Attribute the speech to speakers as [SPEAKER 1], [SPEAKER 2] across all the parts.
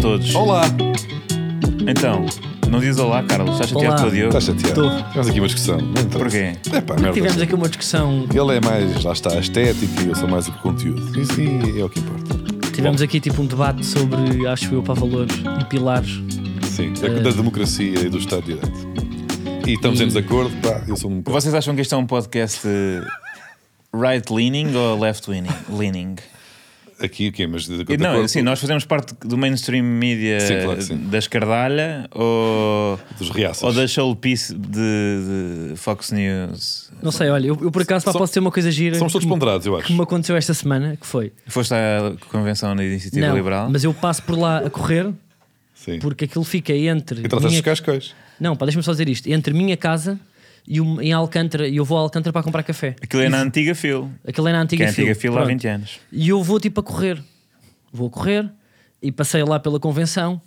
[SPEAKER 1] todos.
[SPEAKER 2] Olá!
[SPEAKER 1] Então, não diz olá, Carlos. Estás chateado
[SPEAKER 3] Olá.
[SPEAKER 1] com o Diogo?
[SPEAKER 2] Estás tá chateado?
[SPEAKER 3] Tô.
[SPEAKER 2] Tivemos aqui uma discussão. não interessa.
[SPEAKER 1] Porquê?
[SPEAKER 2] É pá, merda.
[SPEAKER 3] Tivemos aqui uma discussão,
[SPEAKER 2] Ele é mais, lá está, estético e eu sou mais o conteúdo. Isso é o que importa.
[SPEAKER 3] tivemos aqui tipo um debate sobre, acho eu, para valores e pilares.
[SPEAKER 2] Sim, da, É da democracia e do Estado de Direito. E estamos em desacordo, pá, eu sou um.
[SPEAKER 1] Vocês acham que este é um podcast right-leaning ou left-leaning? Leaning?
[SPEAKER 2] Aqui o quê? Mas de, de
[SPEAKER 1] E Não, assim,
[SPEAKER 2] acordo
[SPEAKER 1] sim, nós fazemos parte do mainstream media
[SPEAKER 2] Sim, claro que sim.
[SPEAKER 1] da escardalha ou,
[SPEAKER 2] dos reaças.
[SPEAKER 1] ou da showpiece de, de Fox News?
[SPEAKER 3] Não sei, olha, eu, eu por acaso pá,
[SPEAKER 2] Som-
[SPEAKER 3] posso ter uma coisa gira
[SPEAKER 2] Somos todos
[SPEAKER 3] que, me-
[SPEAKER 2] ponderados, eu
[SPEAKER 3] que
[SPEAKER 2] acho.
[SPEAKER 3] me aconteceu esta semana, que foi.
[SPEAKER 1] Foste à convenção da Iniciativa
[SPEAKER 3] Não,
[SPEAKER 1] Liberal?
[SPEAKER 3] mas eu passo por lá a correr
[SPEAKER 2] Sim.
[SPEAKER 3] porque aquilo fica entre.
[SPEAKER 2] E trataste
[SPEAKER 3] minha-
[SPEAKER 2] dos cascóis.
[SPEAKER 3] Não, pá, deixa-me só dizer isto. Entre minha casa e um, em Alcântara, e eu vou a Alcântara para comprar café.
[SPEAKER 1] Aquilo é na antiga Phil.
[SPEAKER 3] Aquilo é na
[SPEAKER 1] Que
[SPEAKER 3] antiga
[SPEAKER 1] é a antiga
[SPEAKER 3] Phil.
[SPEAKER 1] Phil há
[SPEAKER 3] Pronto.
[SPEAKER 1] 20 anos.
[SPEAKER 3] E eu vou tipo a correr. Vou a correr e passei lá pela convenção.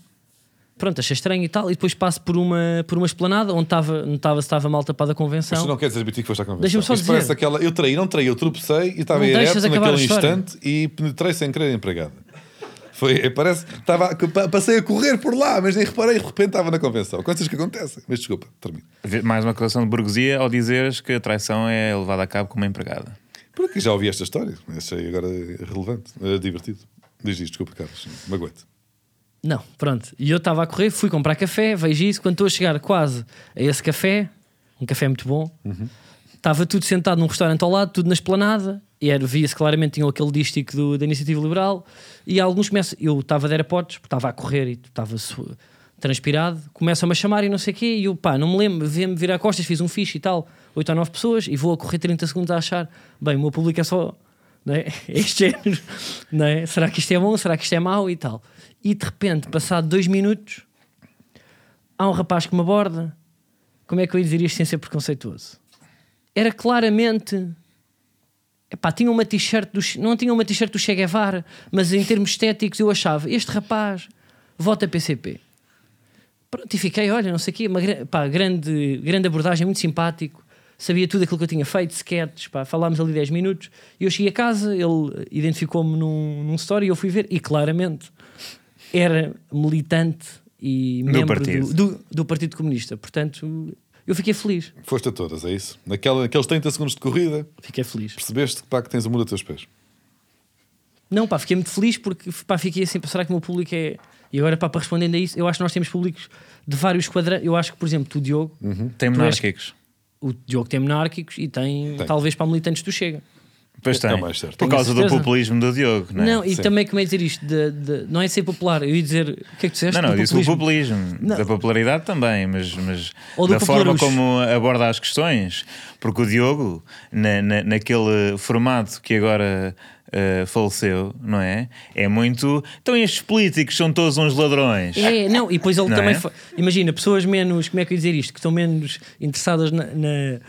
[SPEAKER 3] Pronto, achei estranho e tal. E depois passo por uma, por uma esplanada onde estava, notava se estava mal tapada a
[SPEAKER 2] Mas tu
[SPEAKER 3] convenção.
[SPEAKER 2] não queres admitir que foste à convenção.
[SPEAKER 3] Então, Deixa-me só
[SPEAKER 2] Isto
[SPEAKER 3] dizer.
[SPEAKER 2] parece aquela. Eu traí, não traí, eu tropecei e estava
[SPEAKER 3] Não deixas
[SPEAKER 2] ereto
[SPEAKER 3] acabar a
[SPEAKER 2] naquele
[SPEAKER 3] história.
[SPEAKER 2] instante e penetrei sem querer a empregada. Foi, é, parece estava, que pa- passei a correr por lá, mas nem reparei, de repente estava na convenção. Coisas que acontecem. Mas desculpa, termino.
[SPEAKER 1] Mais uma acusação de burguesia ao dizeres que a traição é levada a cabo como empregada.
[SPEAKER 2] Porque já ouvi esta história, achei agora relevante, eh, divertido. Diz isto, desculpa, Carlos, magoete.
[SPEAKER 3] Não, pronto. E eu estava a correr, fui comprar café, vejo isso. Quando estou a chegar quase a esse café, um café muito bom, estava tudo sentado num restaurante ao lado, tudo na esplanada. E era, via-se claramente, tinham aquele dístico do- da Iniciativa Liberal. E alguns começam. Eu estava de aeroportos, porque estava a correr e estava su- transpirado. Começam-me a chamar e não sei o quê. E eu, pá, não me lembro, vi-me virar costas, fiz um fixe e tal, 8 ou 9 pessoas. E vou a correr 30 segundos a achar, bem, o meu público é só não é? este género, não é? será que isto é bom, será que isto é mau e tal. E de repente, passado dois minutos, há um rapaz que me aborda. Como é que eu ia dizer isto sem ser preconceituoso? Era claramente. Epá, tinha uma t-shirt do... Che- Não tinha uma t-shirt do Che Guevara, mas em termos estéticos eu achava, este rapaz vota PCP. Pronto, e fiquei, olha, não sei o quê, uma gra- pá, grande, grande abordagem, muito simpático. Sabia tudo aquilo que eu tinha feito, sketches, pá, falámos ali 10 minutos. E eu cheguei a casa, ele identificou-me num, num story e eu fui ver. E claramente era militante e membro do
[SPEAKER 1] partido.
[SPEAKER 3] do- do Partido Comunista. Portanto, eu fiquei feliz.
[SPEAKER 2] Foste a todas, é isso? Naquela, naqueles 30 segundos de corrida,
[SPEAKER 3] Fiquei feliz.
[SPEAKER 2] percebeste pá, que tens o mundo a teus pés.
[SPEAKER 3] Não, pá, fiquei muito feliz porque pá, fiquei assim, pá, será que o meu público é. E agora, pá, para respondendo a isso, eu acho que nós temos públicos de vários quadrantes. Eu acho que, por exemplo, tu, Diogo,
[SPEAKER 1] Tem
[SPEAKER 3] Tu és-
[SPEAKER 1] monárquicos.
[SPEAKER 3] o Diogo tem monárquicos e tem,
[SPEAKER 2] Tem.
[SPEAKER 3] talvez para militantes tu chega.
[SPEAKER 1] Pois tem.
[SPEAKER 2] É mais certo.
[SPEAKER 1] Por
[SPEAKER 3] Então, Tenho
[SPEAKER 1] causa do
[SPEAKER 3] certeza.
[SPEAKER 1] populismo do Diogo, não é?
[SPEAKER 3] Não, e
[SPEAKER 2] Sim.
[SPEAKER 3] também como é dizer isto? de- de- não é ser popular, eu ia dizer o que é que tu disseste?
[SPEAKER 1] Não, não,
[SPEAKER 3] Do
[SPEAKER 1] eu disse o
[SPEAKER 3] populismo?
[SPEAKER 1] populismo.
[SPEAKER 3] Não.
[SPEAKER 1] Da popularidade também, mas, mas
[SPEAKER 3] Ou do
[SPEAKER 1] da forma
[SPEAKER 3] popularucho.
[SPEAKER 1] como aborda as questões. Porque o Diogo, na, na- naquele formato que agora eh, faleceu, não é? É muito. Então estes políticos são todos uns ladrões.
[SPEAKER 3] É, não, e depois ele
[SPEAKER 1] Não
[SPEAKER 3] também.
[SPEAKER 1] é?
[SPEAKER 3] fa- Imagina, pessoas menos, como é que eu ia dizer isto, que estão menos interessadas na, na,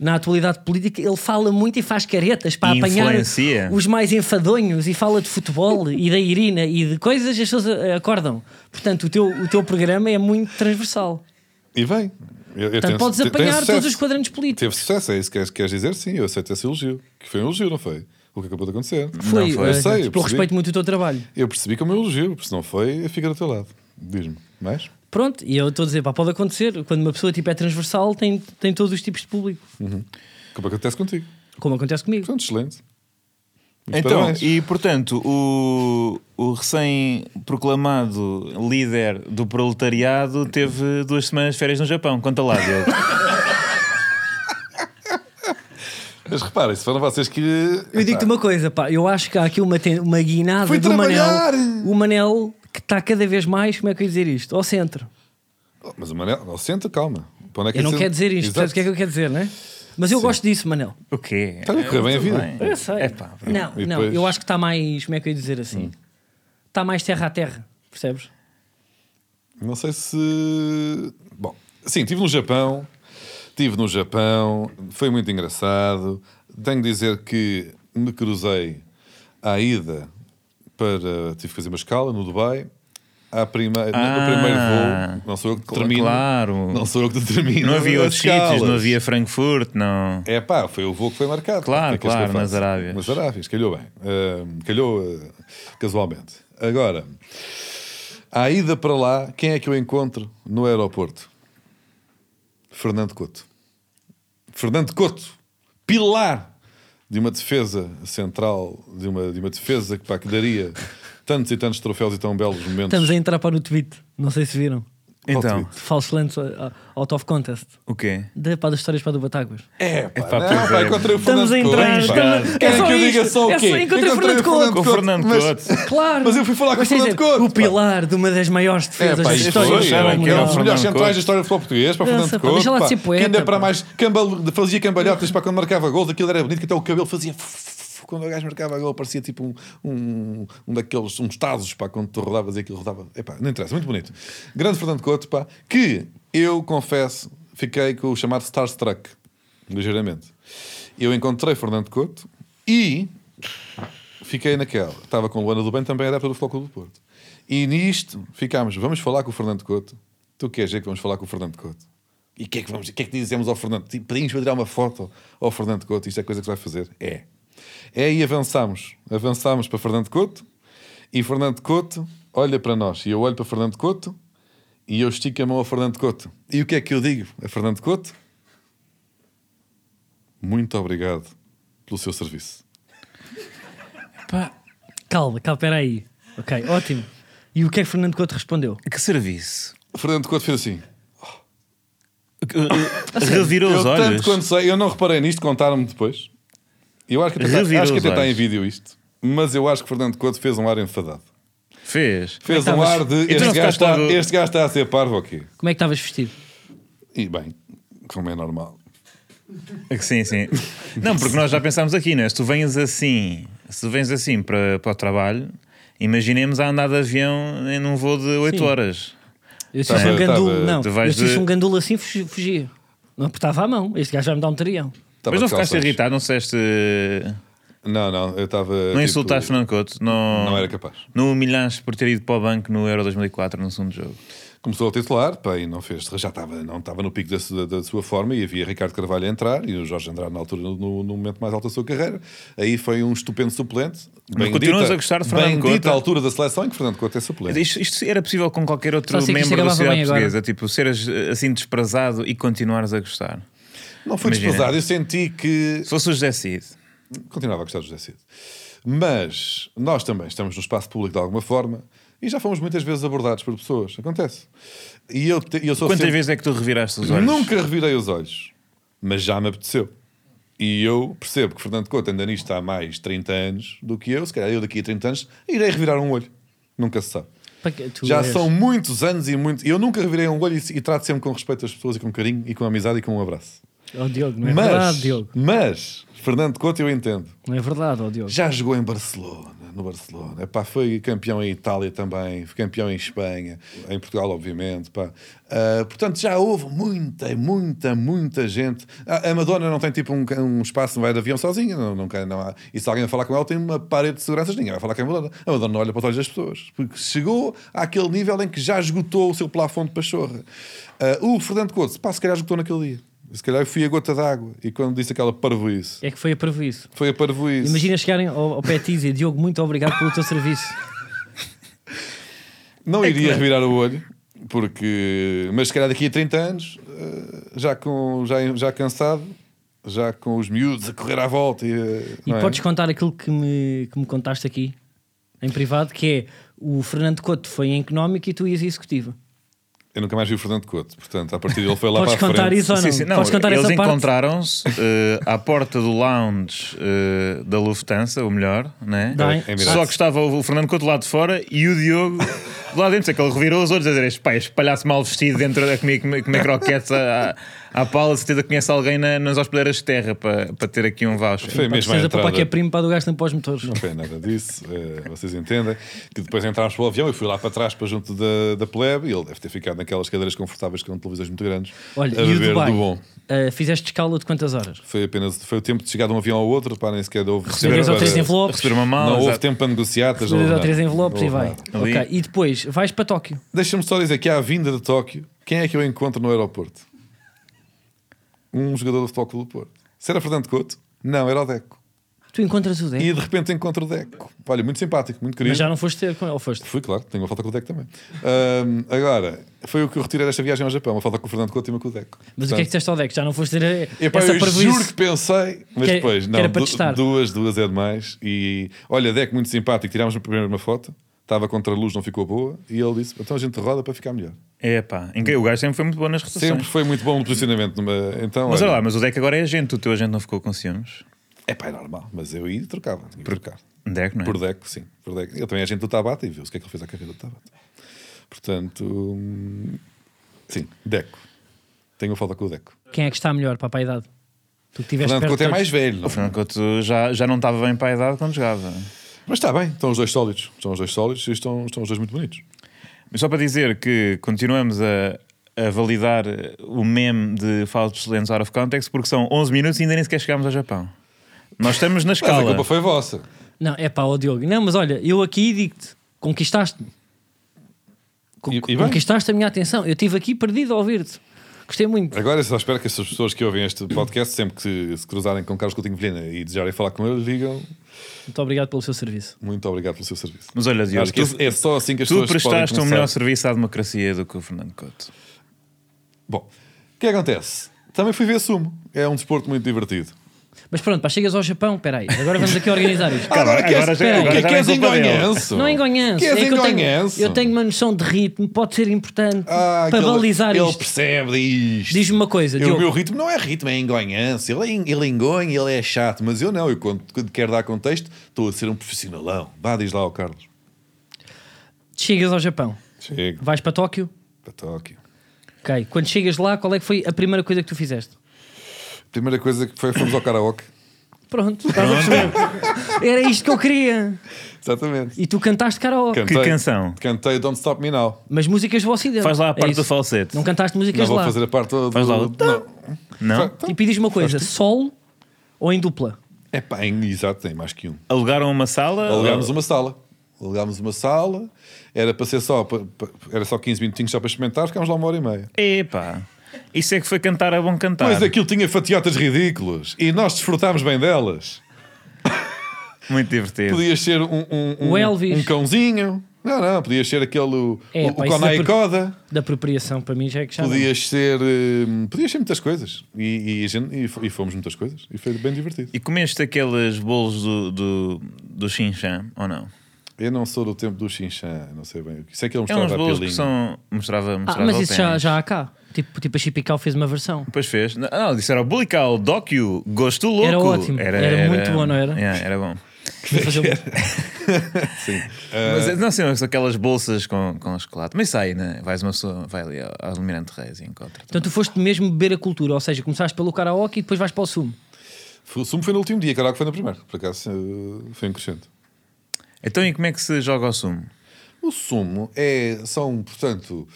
[SPEAKER 3] na atualidade política, ele fala muito e faz caretas para
[SPEAKER 1] E
[SPEAKER 3] apanhar
[SPEAKER 1] influencia.
[SPEAKER 3] os mais enfadonhos e fala de futebol e da Irina e de coisas, as pessoas eh, acordam. Portanto, o teu, o teu programa é muito transversal.
[SPEAKER 2] E vem. Eu- eu
[SPEAKER 3] Portanto,
[SPEAKER 2] tenho-
[SPEAKER 3] podes
[SPEAKER 2] tenho
[SPEAKER 3] apanhar
[SPEAKER 2] sucesso.
[SPEAKER 3] todos os quadrantes políticos.
[SPEAKER 2] Teve sucesso, é isso que queres- queres dizer? Sim, eu aceito esse elogio. Que foi um elogio, não foi? O que acabou de acontecer.
[SPEAKER 3] Foi,
[SPEAKER 1] foi.
[SPEAKER 3] eh,
[SPEAKER 2] Eu sei, eu
[SPEAKER 3] tipo, eu
[SPEAKER 2] percebi.
[SPEAKER 3] respeito muito o teu trabalho.
[SPEAKER 2] Eu percebi como elogio, porque se não foi, eu fico do teu lado. Diz-me, mais?
[SPEAKER 3] Pronto, e eu estou a dizer, pá, pode acontecer, quando uma pessoa tipo, é transversal, tem, tem todos os tipos de público,
[SPEAKER 2] Como acontece contigo.
[SPEAKER 3] como acontece comigo.
[SPEAKER 2] Portanto, excelente. Muito
[SPEAKER 1] Então,
[SPEAKER 2] parabéns.
[SPEAKER 1] e portanto, o, o recém-proclamado líder do proletariado teve duas semanas de férias no Japão. Conta lá, Diogo.
[SPEAKER 2] Mas reparem, se foram vocês que.
[SPEAKER 3] Eu digo-te uma coisa, pá, eu acho que há aqui uma, ten- uma guinada
[SPEAKER 2] Fui
[SPEAKER 3] do
[SPEAKER 2] trabalhar!
[SPEAKER 3] Manel. O Manel que está cada vez mais, como é que eu ia dizer isto? Ao centro.
[SPEAKER 2] Mas o Manel, não, senta, calma. Para onde é que
[SPEAKER 3] Eu não
[SPEAKER 2] esse-
[SPEAKER 3] quero dizer isto,
[SPEAKER 2] Exato.
[SPEAKER 3] percebes o que é que eu quero dizer, não é? Mas eu gosto disso, Manel.
[SPEAKER 1] O quê?
[SPEAKER 2] Está a correr Tá bem a vida.
[SPEAKER 3] Eu sei.
[SPEAKER 1] É pá,
[SPEAKER 3] não,
[SPEAKER 2] E
[SPEAKER 3] não,
[SPEAKER 2] depois- Hum.
[SPEAKER 3] eu acho que está mais, como é que eu ia dizer assim? Está mais terra a terra, percebes?
[SPEAKER 2] Não sei se. Bom, sim, estive no Japão. Estive no Japão, foi muito engraçado. Tenho de dizer que me cruzei à ida para. Tive que fazer uma escala no Dubai. À prima...
[SPEAKER 1] Ah.
[SPEAKER 2] no primeiro voo, não sou eu que
[SPEAKER 1] Cla-
[SPEAKER 2] termino.
[SPEAKER 1] claro.
[SPEAKER 2] Não sou eu que determino.
[SPEAKER 1] não havia
[SPEAKER 2] as
[SPEAKER 1] outros sítios,
[SPEAKER 2] escalas.
[SPEAKER 1] não havia Frankfurt, não.
[SPEAKER 2] É pá, foi o voo que foi marcado.
[SPEAKER 1] Claro,
[SPEAKER 2] O que é que és
[SPEAKER 1] claro,
[SPEAKER 2] capaz?
[SPEAKER 1] nas Arábias.
[SPEAKER 2] Nas Arábias, calhou bem. Ahm, calhou ah, casualmente. Agora, À ida para lá, quem é que eu encontro no aeroporto? Fernando Couto. Fernando Couto, pilar de uma defesa central, de uma, de uma defesa que, pá, que daria tantos e tantos troféus e tão belos momentos.
[SPEAKER 3] Estamos a entrar para no tweet, não sei se viram.
[SPEAKER 2] Qual
[SPEAKER 1] Então,
[SPEAKER 2] tweet?
[SPEAKER 3] Falso lento uh, out of contest.
[SPEAKER 1] o quê?
[SPEAKER 3] Da pá das histórias para do Batáguas.
[SPEAKER 2] É, pá,
[SPEAKER 1] Epá,
[SPEAKER 2] não,
[SPEAKER 1] pois
[SPEAKER 2] pá,
[SPEAKER 1] é.
[SPEAKER 2] encontrei o
[SPEAKER 3] Estamos
[SPEAKER 2] Fernando
[SPEAKER 3] a
[SPEAKER 2] Couto.
[SPEAKER 3] entrar.
[SPEAKER 1] Couto. Pá,
[SPEAKER 3] estamos- é
[SPEAKER 2] Querem
[SPEAKER 3] só
[SPEAKER 2] que eu diga
[SPEAKER 3] isto,
[SPEAKER 2] só
[SPEAKER 3] é
[SPEAKER 2] o quê?
[SPEAKER 3] Encontrei o Fernando Couto.
[SPEAKER 1] Com o Fernando
[SPEAKER 2] mas-
[SPEAKER 1] Couto.
[SPEAKER 3] Claro.
[SPEAKER 2] Mas eu fui falar com o
[SPEAKER 3] Mas quer
[SPEAKER 2] Fernando
[SPEAKER 3] dizer,
[SPEAKER 2] Couto.
[SPEAKER 3] O pilar de uma das maiores
[SPEAKER 2] É,
[SPEAKER 3] defesas
[SPEAKER 2] pá,
[SPEAKER 3] da
[SPEAKER 2] isto
[SPEAKER 3] história.
[SPEAKER 2] foi,
[SPEAKER 1] histórias,
[SPEAKER 2] era
[SPEAKER 1] era
[SPEAKER 3] do
[SPEAKER 2] um dos
[SPEAKER 1] Fernando
[SPEAKER 3] Mundial.
[SPEAKER 2] melhores
[SPEAKER 1] Couto.
[SPEAKER 2] centrais da história do futebol português, para
[SPEAKER 3] Pensa,
[SPEAKER 2] Fernando
[SPEAKER 3] pá, deixa
[SPEAKER 2] Couto,
[SPEAKER 3] lá de
[SPEAKER 2] pá,
[SPEAKER 3] ser
[SPEAKER 2] que
[SPEAKER 3] poeta,
[SPEAKER 2] ainda para
[SPEAKER 3] pá.
[SPEAKER 2] mais cambal- fazia cambalhotas, para quando marcava gols, aquilo era bonito, que até o cabelo fazia... Quando o gajo marcava gol, parecia tipo um, um, um daqueles, uns tazos, pá, quando tu rodavas e aquilo rodava. Epá, não interessa, muito bonito. Grande Fernando Couto, pá, que eu confesso, fiquei com o chamado Starstruck, ligeiramente. Eu encontrei Fernando Couto e fiquei naquela. Estava com Luana do Bem, também era pelo Flóculo do Porto. E nisto ficámos, vamos falar com o Fernando Couto. Tu queres ver que vamos falar com o Fernando Couto? E o que é que, vamos, o que, é que dizemos ao Fernando? Tipo, Pedimos para tirar uma foto ao Fernando Couto. Isto é coisa que se vai fazer? É. É e avançámos. Avançámos para Fernando Couto. E Fernando Couto olha para nós. E eu olho para Fernando Couto. E eu estico a mão ao Fernando Couto. E o que é que eu digo a Fernando Couto? Muito obrigado pelo seu serviço.
[SPEAKER 3] Pá, Calma, calma, peraí. Ok, ótimo. E o que é que Fernando Couto respondeu?
[SPEAKER 1] Que serviço?
[SPEAKER 2] Fernando Couto fez assim.
[SPEAKER 1] Que- Revirou
[SPEAKER 2] Eu
[SPEAKER 1] os olhos.
[SPEAKER 2] tanto quanto sei, eu não reparei nisto, contaram-me depois. Eu acho que até, está,
[SPEAKER 1] Revirou
[SPEAKER 2] acho que até
[SPEAKER 1] os
[SPEAKER 2] está em
[SPEAKER 1] olhos.
[SPEAKER 2] vídeo isto, mas eu acho que Fernando Couto fez um ar enfadado.
[SPEAKER 1] Fez.
[SPEAKER 2] Fez um
[SPEAKER 3] mas-
[SPEAKER 2] ar de
[SPEAKER 1] Então
[SPEAKER 2] este
[SPEAKER 1] não
[SPEAKER 2] gajo,
[SPEAKER 1] ficaste
[SPEAKER 2] está,
[SPEAKER 1] logo-
[SPEAKER 2] este gajo está a ser parvo aqui.
[SPEAKER 3] Como é que estavas vestido?
[SPEAKER 2] E bem, como é normal.
[SPEAKER 1] É que Sim, sim. Não, porque nós já pensámos aqui, não é? Se tu vens assim, se tu vens assim para, para o trabalho, imaginemos a andar de avião em um voo de 8
[SPEAKER 3] Sim.
[SPEAKER 1] horas.
[SPEAKER 3] Eu se fosse um
[SPEAKER 2] bem, tá
[SPEAKER 3] gandulo,
[SPEAKER 2] bem.
[SPEAKER 3] não.
[SPEAKER 1] Tu vais
[SPEAKER 3] Eu se fosse
[SPEAKER 1] de-
[SPEAKER 3] um gandulo assim, fugi- fugia. Não apertava a mão. Este gajo vai me dar um tarião.
[SPEAKER 2] Estava
[SPEAKER 1] Mas não
[SPEAKER 2] de
[SPEAKER 1] ficaste
[SPEAKER 2] calções.
[SPEAKER 1] irritado, não disseste.
[SPEAKER 2] Não, não, eu estava. tipo,
[SPEAKER 1] Não insultaste Fernando Couto, não,
[SPEAKER 2] Não era capaz.
[SPEAKER 1] Não humilhaste por ter ido para o banco no Euro 2004 no segundo jogo.
[SPEAKER 2] Começou a titular, pá, e não fez, já estava, não estava no pico da, su- da sua forma, e havia Ricardo Carvalho a entrar, e o Jorge Andrade na altura, no, no momento mais alto da sua carreira. Aí foi um estupendo suplente. Bendita-
[SPEAKER 1] continuas a gostar de Fernando
[SPEAKER 2] bendita
[SPEAKER 1] Couto?
[SPEAKER 2] a altura da seleção em que Fernando Couto é suplente.
[SPEAKER 1] Isto, isto era possível com qualquer outro
[SPEAKER 3] Só sei que isto
[SPEAKER 1] membro da
[SPEAKER 3] acabava
[SPEAKER 1] sociedade
[SPEAKER 3] bem agora.
[SPEAKER 1] portuguesa, tipo, seres eh, assim desprezado e continuares a gostar.
[SPEAKER 2] Não fui
[SPEAKER 1] Imagina.
[SPEAKER 2] desprezado, eu senti que
[SPEAKER 1] Se fosse o José Cid,
[SPEAKER 2] continuava a gostar do José Cid. Mas nós também estamos no espaço público de alguma forma e já fomos muitas vezes abordados por pessoas. Acontece. E eu, te- eu sou
[SPEAKER 1] quantas
[SPEAKER 2] sempre-
[SPEAKER 1] vezes é que tu reviraste os olhos?
[SPEAKER 2] Nunca revirei os olhos, mas já me apeteceu. E eu percebo que Fernando Couto ainda nisto há mais 30 anos do que eu. Se calhar eu daqui a 30 anos irei revirar um olho. Nunca se sabe.
[SPEAKER 3] Pá, que- tu
[SPEAKER 2] Já
[SPEAKER 3] és-
[SPEAKER 2] são muitos anos e muito. Eu nunca revirei um olho e, e trato sempre com respeito às pessoas e com carinho e com amizade e com um abraço.
[SPEAKER 3] Oh, Diogo, não é verdade,
[SPEAKER 2] Mas,
[SPEAKER 3] Diogo.
[SPEAKER 2] mas, Fernando Couto, eu entendo.
[SPEAKER 3] Não é verdade, ó Diogo.
[SPEAKER 2] Já jogou em Barcelona, no Barcelona. Epá, foi campeão em Itália também, foi campeão em Espanha, em Portugal, obviamente. pá. Ah, portanto, já houve muita, muita, muita gente. A, a Madonna não tem tipo um, ca- um espaço, não vai de avião sozinha. Não, não, quer- não há. E se alguém falar com ela, tem uma parede de seguranças, ninguém vai falar com a Madonna. A Madonna não olha para os olhos das pessoas, porque chegou àquele nível em que já esgotou o seu plafond de pachorra. Ah, o Fernando Couto, pá, se calhar esgotou naquele dia. Se calhar eu fui a gota d'água. E quando disse aquela parvoíce,
[SPEAKER 3] É que foi a prejuízo.
[SPEAKER 2] foi a parvoíce.
[SPEAKER 3] Imagina chegarem ao, ao pé de ti e dizer, Diogo, muito obrigado pelo teu serviço.
[SPEAKER 2] Não
[SPEAKER 3] É que
[SPEAKER 2] iria
[SPEAKER 3] não.
[SPEAKER 2] revirar o olho, porque. Mas se calhar daqui a 30 anos, eh, já, com, já, já cansado, já com os miúdos a correr à volta. E, eh,
[SPEAKER 3] E
[SPEAKER 2] não é?
[SPEAKER 3] podes contar aquilo que me, que me contaste aqui, em privado, que é o Fernando Couto foi em económico e tu ias em executivo.
[SPEAKER 2] Eu nunca mais vi o Fernando Couto, portanto, a partir dele foi lá
[SPEAKER 3] Podes
[SPEAKER 2] para a
[SPEAKER 3] contar
[SPEAKER 2] frente.
[SPEAKER 3] isso ou não?
[SPEAKER 1] Sim, sim.
[SPEAKER 3] Podes contar
[SPEAKER 1] eles
[SPEAKER 3] essa parte?
[SPEAKER 1] encontraram-se eh, à porta do lounge eh, da Lufthansa, ou melhor, né?
[SPEAKER 3] Bem.
[SPEAKER 2] Emirates.
[SPEAKER 1] só que estava o o Fernando Couto lá de fora e o Diogo lá dentro. Sei que ele revirou os olhos a dizer: "Este pá, este palhaço mal vestido dentro da comer, comer, comer croquetes à, à à pala. Certeza que conhece alguém na- nas hospedeiras de terra para, para ter aqui um voucher.
[SPEAKER 2] Foi mesmo a
[SPEAKER 3] Precisas
[SPEAKER 2] entrada.
[SPEAKER 3] para que é primo para do gasto para os motores.
[SPEAKER 2] Não foi nada disso, eh, vocês entendem. Que depois entrámos para o avião, eu fui lá para trás, para junto da, da plebe, e ele deve ter ficado naquelas cadeiras confortáveis com televisões muito grandes.
[SPEAKER 3] Olha,
[SPEAKER 2] a
[SPEAKER 3] e o
[SPEAKER 2] beber
[SPEAKER 3] Dubai?
[SPEAKER 2] do bom.
[SPEAKER 3] Ah, fizeste escala de quantas horas?
[SPEAKER 2] Foi apenas foi o tempo de chegar de um avião ao outro, para nem sequer houve
[SPEAKER 3] Receber dois ou três
[SPEAKER 2] para-
[SPEAKER 3] envelopes.
[SPEAKER 1] Receber uma mala.
[SPEAKER 2] Não houve
[SPEAKER 1] exato.
[SPEAKER 2] tempo para negociatas. não
[SPEAKER 3] Dois
[SPEAKER 2] houve
[SPEAKER 3] ou três
[SPEAKER 2] nada.
[SPEAKER 3] envelopes
[SPEAKER 2] Não
[SPEAKER 3] e
[SPEAKER 2] houve
[SPEAKER 3] vai.
[SPEAKER 2] nada.
[SPEAKER 1] Ali.
[SPEAKER 3] Ok, E depois vais para Tóquio.
[SPEAKER 2] Deixa-me só dizer que à vinda de Tóquio, quem é que eu encontro no aeroporto? Um jogador do Futebol Clube do Porto. Se era Fernando Couto? Não, era o Deco.
[SPEAKER 3] Tu encontras o Deco.
[SPEAKER 2] E de repente encontro o Deco. Olha, muito simpático, muito querido.
[SPEAKER 3] Mas já não foste ter com ele, ou foste?
[SPEAKER 2] Fui, claro, tenho uma foto com o Deco também. Ahm, agora, foi o que eu retirei desta viagem ao Japão, uma foto com o Fernando Couto e uma com o Deco.
[SPEAKER 3] Mas o que é que disseste ao Deco? Já não foste ter
[SPEAKER 2] Epá,
[SPEAKER 3] essa
[SPEAKER 2] eu
[SPEAKER 3] prejuízo?
[SPEAKER 2] juro que pensei, mas
[SPEAKER 3] Que- é-
[SPEAKER 2] depois,
[SPEAKER 3] que
[SPEAKER 2] não,
[SPEAKER 3] era para
[SPEAKER 2] du-
[SPEAKER 3] testar.
[SPEAKER 2] duas, duas é demais. E olha, Deco muito simpático, tirámos primeiro uma foto, estava contra a luz, não ficou boa, e ele disse: então a gente roda para ficar melhor.
[SPEAKER 1] É pá, incrível. O gajo sempre foi muito bom nas recepções.
[SPEAKER 2] Sempre foi muito bom no posicionamento. Numa... Então,
[SPEAKER 1] Mas olha lá,
[SPEAKER 2] olha,
[SPEAKER 1] mas o Deco agora é agente, o teu agente não ficou com ciúmes?
[SPEAKER 2] epá, é normal, mas eu ia e trocava, tinha que trocar.
[SPEAKER 1] Deco, não é?
[SPEAKER 2] Por Deco, sim. Por Deco. Ele também é gente do Tabata e viu-se o que é que ele fez à carreira do Tabata. Portanto, hum, sim, Deco. Tenho uma foto com o Deco.
[SPEAKER 3] Quem é que está melhor para a idade? Tu que tiveste
[SPEAKER 2] Fernando
[SPEAKER 3] perto
[SPEAKER 2] Couto é
[SPEAKER 3] de
[SPEAKER 2] mais
[SPEAKER 3] todos.
[SPEAKER 2] velho, não
[SPEAKER 1] O
[SPEAKER 2] é?
[SPEAKER 1] Fernando Couto já, já não estava bem para a idade quando jogava.
[SPEAKER 2] mas está bem, estão os dois sólidos. Estão os dois sólidos e estão, estão os dois muito bonitos.
[SPEAKER 1] Mas só para dizer que continuamos a, a validar o meme de False Excelentes Out of Context porque são 11 minutos e ainda nem sequer chegámos ao Japão. Nós estamos na
[SPEAKER 2] Mas a
[SPEAKER 1] escala.
[SPEAKER 2] culpa foi vossa.
[SPEAKER 3] Não, é pá, ó Diogo. Não, mas olha, eu aqui digo-te, conquistaste-me. Con-
[SPEAKER 2] E- e bem.
[SPEAKER 3] conquistaste a minha atenção. Eu estive aqui perdido a ouvir-te. Gostei muito.
[SPEAKER 2] Agora eu só espero que essas pessoas que ouvem este podcast, sempre que se cruzarem com Carlos Coutinho Vilhena e desejarem falar com ele, digam
[SPEAKER 3] Muito obrigado pelo seu serviço.
[SPEAKER 2] muito obrigado pelo seu serviço.
[SPEAKER 1] Mas olha, Diogo,
[SPEAKER 2] Acho que
[SPEAKER 1] tu,
[SPEAKER 2] é só assim que as
[SPEAKER 1] tu
[SPEAKER 2] pessoas podem
[SPEAKER 1] prestaste um
[SPEAKER 2] começar.
[SPEAKER 1] melhor serviço à democracia do que o Fernando Couto.
[SPEAKER 2] Bom, o que acontece? Também fui ver sumo. É um desporto muito divertido.
[SPEAKER 3] Mas pronto, pá, chegas ao Japão, peraí. Agora vamos aqui organizar isto.
[SPEAKER 1] Agora-
[SPEAKER 2] queres-
[SPEAKER 1] agora já-
[SPEAKER 2] o
[SPEAKER 1] agora
[SPEAKER 2] que é
[SPEAKER 1] já
[SPEAKER 2] que
[SPEAKER 1] não é
[SPEAKER 2] és
[SPEAKER 1] culpa dele.
[SPEAKER 2] engonhanço?
[SPEAKER 3] Não é enganhanço.
[SPEAKER 2] Que és
[SPEAKER 3] é que eu, tenho,
[SPEAKER 2] engonhanço.
[SPEAKER 3] eu tenho uma noção de ritmo, pode ser importante
[SPEAKER 2] Ah,
[SPEAKER 3] para
[SPEAKER 2] aquele-
[SPEAKER 3] balizar
[SPEAKER 2] ele
[SPEAKER 3] isto.
[SPEAKER 2] percebe isto.
[SPEAKER 3] Diz-me uma coisa,
[SPEAKER 2] Eu- o
[SPEAKER 3] Diogo.
[SPEAKER 2] meu ritmo não é ritmo, é engonhanço. Ele, é en- ele engonha, ele é chato, mas eu não. Eu, quando, quando quero dar contexto, estou a ser um profissionalão. Vá, diz lá ao Carlos.
[SPEAKER 3] Chegas ao Japão,
[SPEAKER 2] Chega,
[SPEAKER 3] vais para Tóquio.
[SPEAKER 2] para Tóquio.
[SPEAKER 3] Ok. Quando chegas lá, qual é que foi a primeira coisa que tu fizeste?
[SPEAKER 2] Primeira coisa que foi, fomos ao karaoke.
[SPEAKER 3] Pronto, estás a perceber? Era isto que eu queria.
[SPEAKER 2] Exatamente.
[SPEAKER 3] E tu cantaste karaoke.
[SPEAKER 2] Cantei-
[SPEAKER 1] canção?
[SPEAKER 2] Cantei Don't Stop Me Now.
[SPEAKER 3] Mas músicas do Ocidente.
[SPEAKER 1] Faz lá a
[SPEAKER 3] É
[SPEAKER 1] parte
[SPEAKER 3] isso.
[SPEAKER 1] do falsete.
[SPEAKER 3] Não cantaste
[SPEAKER 2] Não
[SPEAKER 3] músicas
[SPEAKER 2] vou
[SPEAKER 3] lá.
[SPEAKER 2] fazer Então, a parte do...
[SPEAKER 1] Faz lá o-
[SPEAKER 2] Não.
[SPEAKER 1] Não? Tipo-
[SPEAKER 3] E pedis uma coisa, solo ou em dupla?
[SPEAKER 2] É pá, em- exato, tem mais que um.
[SPEAKER 1] Alugaram uma sala?
[SPEAKER 2] Alugámos uma sala. Alugámos uma sala, era para ser só, pa- pa- era só 15 minutinhos só para experimentar, ficámos lá uma hora e meia.
[SPEAKER 1] Epá, isso é que foi cantar a bom cantar.
[SPEAKER 2] Mas aquilo tinha fatiotas ridículas e nós desfrutámos bem delas.
[SPEAKER 1] Muito divertido.
[SPEAKER 2] Podias ser um, um, um,
[SPEAKER 3] O Elvis.
[SPEAKER 2] um cãozinho, não, não, podias ser aquele o,
[SPEAKER 3] É,
[SPEAKER 2] o,
[SPEAKER 3] pá,
[SPEAKER 2] o
[SPEAKER 3] isso
[SPEAKER 2] Konai
[SPEAKER 3] é por-
[SPEAKER 2] Koda,
[SPEAKER 3] Da apropriação para mim já é que já não.
[SPEAKER 2] podias ser, hum, podias ser muitas coisas e, e, a gente- e f- e fomos muitas coisas e foi bem divertido.
[SPEAKER 1] E comeste aqueles bolos do, do, do Xinchã, ou não?
[SPEAKER 2] Eu não sou do tempo do Xinchã, não sei bem o que. Sei que ele
[SPEAKER 1] É uns
[SPEAKER 2] mostrava a
[SPEAKER 1] bolos que
[SPEAKER 2] pilinha.
[SPEAKER 1] são. Mostrava,
[SPEAKER 3] Ah,
[SPEAKER 1] mostrava
[SPEAKER 3] mas
[SPEAKER 1] ao
[SPEAKER 3] isso já,
[SPEAKER 1] ténis.
[SPEAKER 3] já há cá. Tipo, tipo a Chipical fez uma versão.
[SPEAKER 1] Depois fez. Não, não disseram o Bulical, Docu, Gosto Louco.
[SPEAKER 3] Era ótimo. Era muito bom, não era?
[SPEAKER 1] Yeah, era bom.
[SPEAKER 3] Vou fazer um-
[SPEAKER 2] Eh,
[SPEAKER 1] Mas não sei, são aquelas bolsas com, com chocolate. Mas sai, né? Vais uma pessoa, vai ali ao ao Almirante Reis e encontra.
[SPEAKER 3] Então tu foste mesmo beber a cultura, ou seja, começaste pelo karaoke e depois vais para o sumo.
[SPEAKER 2] Foi- O sumo foi no último dia, caraca, foi no primeiro. Por acaso eh, foi um crescente.
[SPEAKER 1] Então, e como é que se joga o sumo?
[SPEAKER 2] O sumo é, são, portanto,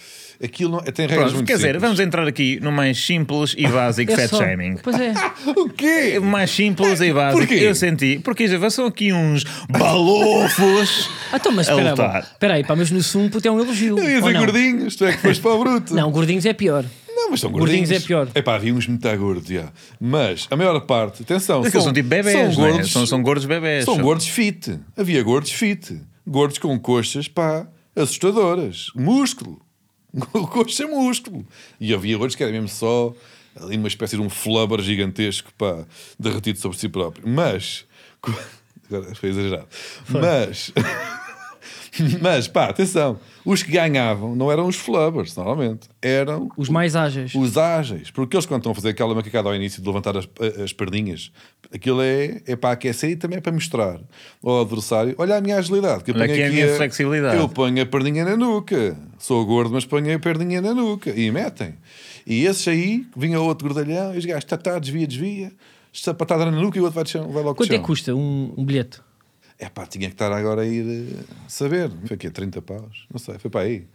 [SPEAKER 2] aquilo não, tem regras
[SPEAKER 1] Pronto,
[SPEAKER 2] muito
[SPEAKER 1] quer dizer,
[SPEAKER 2] simples.
[SPEAKER 1] vamos entrar aqui no mais simples e básico fat
[SPEAKER 3] É só-
[SPEAKER 1] shaming.
[SPEAKER 3] Pois é.
[SPEAKER 2] O quê?
[SPEAKER 1] mais simples e básico.
[SPEAKER 2] Eh, Porquê?
[SPEAKER 1] Eu senti. Porque já são aqui uns balofos.
[SPEAKER 3] Ah, então, mas
[SPEAKER 1] A
[SPEAKER 3] espera
[SPEAKER 1] lutar.
[SPEAKER 3] aí, espera aí, pá, mas no sumo puto, é um elogio.
[SPEAKER 2] Eu ia
[SPEAKER 3] ou
[SPEAKER 2] dizer
[SPEAKER 3] não?
[SPEAKER 2] gordinhos, tu é que foste para o bruto.
[SPEAKER 3] não, gordinhos é pior.
[SPEAKER 2] Não, mas são gordinhos.
[SPEAKER 3] Gordinhos é pior.
[SPEAKER 2] Epá, havia uns muito gordos, já. Mas a maior parte, atenção,
[SPEAKER 1] Aqueles são tipo bebés,
[SPEAKER 2] Então, são
[SPEAKER 1] não é?
[SPEAKER 2] gordos,
[SPEAKER 1] São, são gordos bebés.
[SPEAKER 2] são gordos fit. Havia gordos fit. Gordos com coxas, pá, assustadoras. Músculo. Coxa é músculo. E havia gordos que era mesmo só ali uma espécie de um flubber gigantesco, pá, derretido sobre si próprio. Mas. Agora foi exagerado. Mas. Mas, pá, atenção. Os que ganhavam não eram os flubbers, normalmente. Eram
[SPEAKER 3] Os mais ágeis.
[SPEAKER 2] os ágeis, porque eles quando estão a fazer aquela macacada ao início de levantar as, as perninhas, aquilo é, é para aquecer e também é para mostrar ao adversário: olha a minha agilidade, que eu
[SPEAKER 1] Olha
[SPEAKER 2] ponho
[SPEAKER 1] aqui a
[SPEAKER 2] aqui
[SPEAKER 1] minha flexibilidade."
[SPEAKER 2] Eu ponho a perninha na nuca, sou gordo, mas ponho a perninha na nuca e metem. E esses aí, vinha outro gordalhão, e os gajos, tá, tá, desvia, desvia, sapatada na nuca e o outro vai, de chão, vai logo de
[SPEAKER 3] Quanto é
[SPEAKER 2] chão.
[SPEAKER 3] que custa um, um bilhete?
[SPEAKER 2] É pá, tinha que estar agora a ir eh, saber. Foi o quê? 30 paus? Não sei, foi para aí.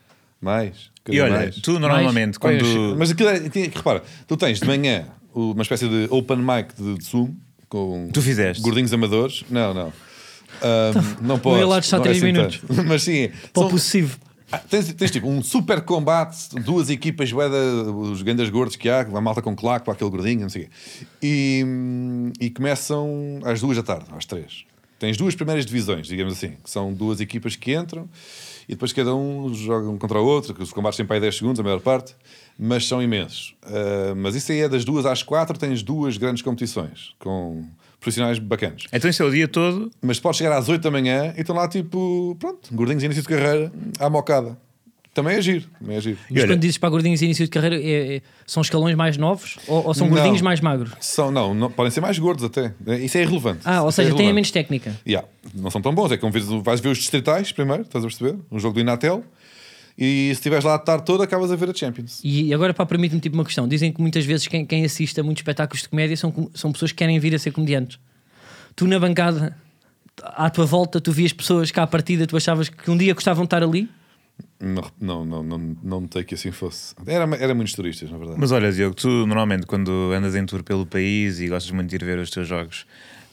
[SPEAKER 2] Mais.
[SPEAKER 1] E
[SPEAKER 2] cada
[SPEAKER 1] olha,
[SPEAKER 2] mais.
[SPEAKER 1] tu normalmente
[SPEAKER 2] Olha,
[SPEAKER 1] quando.
[SPEAKER 2] Mas aquilo é, tinha- repara, tu tens de manhã o- uma espécie de open mic de, de sumo com
[SPEAKER 1] Tu fizeste?
[SPEAKER 2] gordinhos amadores. Não, não. Ahm, não
[SPEAKER 3] ia
[SPEAKER 2] podes.
[SPEAKER 3] lá testar
[SPEAKER 2] não é
[SPEAKER 3] três
[SPEAKER 2] assim
[SPEAKER 3] minutos.
[SPEAKER 2] tanto. Mas sim,
[SPEAKER 3] Para
[SPEAKER 2] são-
[SPEAKER 3] o possessivo.
[SPEAKER 2] Ah, Tens, tens, tipo um super combate, duas equipas, bué da- os grandes gordos que há, a malta com claque, aquele gordinho, não sei o quê. E, hum, e começam às duas da tarde, às três. Tens duas primeiras divisões, digamos assim, que são duas equipas que entram e depois cada um joga um contra o outro, que os combates têm para aí 10 segundos, a maior parte, mas são imensos. Ah, mas isso aí é das duas às quatro, tens duas grandes competições com profissionais bacanas.
[SPEAKER 1] Então isso é o dia todo.
[SPEAKER 2] Mas pode chegar às 8 da manhã e estão lá tipo, pronto, gordinhos início de carreira, à mocada. Também é giro, também é giro.
[SPEAKER 3] Mas
[SPEAKER 1] olha-
[SPEAKER 3] quando dizes para gordinhos de início de carreira, é- é- são escalões mais novos ou, ou são gordinhos
[SPEAKER 2] Não.
[SPEAKER 3] mais magros?
[SPEAKER 2] São, não, não- podem ser mais gordos até. É, Isso é irrelevante.
[SPEAKER 3] Ah, ou
[SPEAKER 2] Isso é
[SPEAKER 3] seja, têm
[SPEAKER 2] irrelevante.
[SPEAKER 3] menos técnica.
[SPEAKER 2] Yeah, Não são tão bons. É como vires, vais ver os distritais primeiro, estás a perceber? Um jogo do Inatel. E se estiveres lá a tarde toda, acabas a ver a Champions.
[SPEAKER 3] E agora, para permite-me tipo uma questão: dizem que muitas vezes quem, quem assiste a muitos espetáculos de comédia são, com- são pessoas que querem vir a ser comediantes. Tu, na bancada, à tua volta, tu vias pessoas que à partida tu achavas que um dia gostavam de estar ali?
[SPEAKER 2] Não, não, não, não, não notei que assim fosse. Era, era muitos turistas, na verdade.
[SPEAKER 1] Mas olha, Diogo, tu normalmente quando andas em tour pelo país e gostas muito de ir ver os teus jogos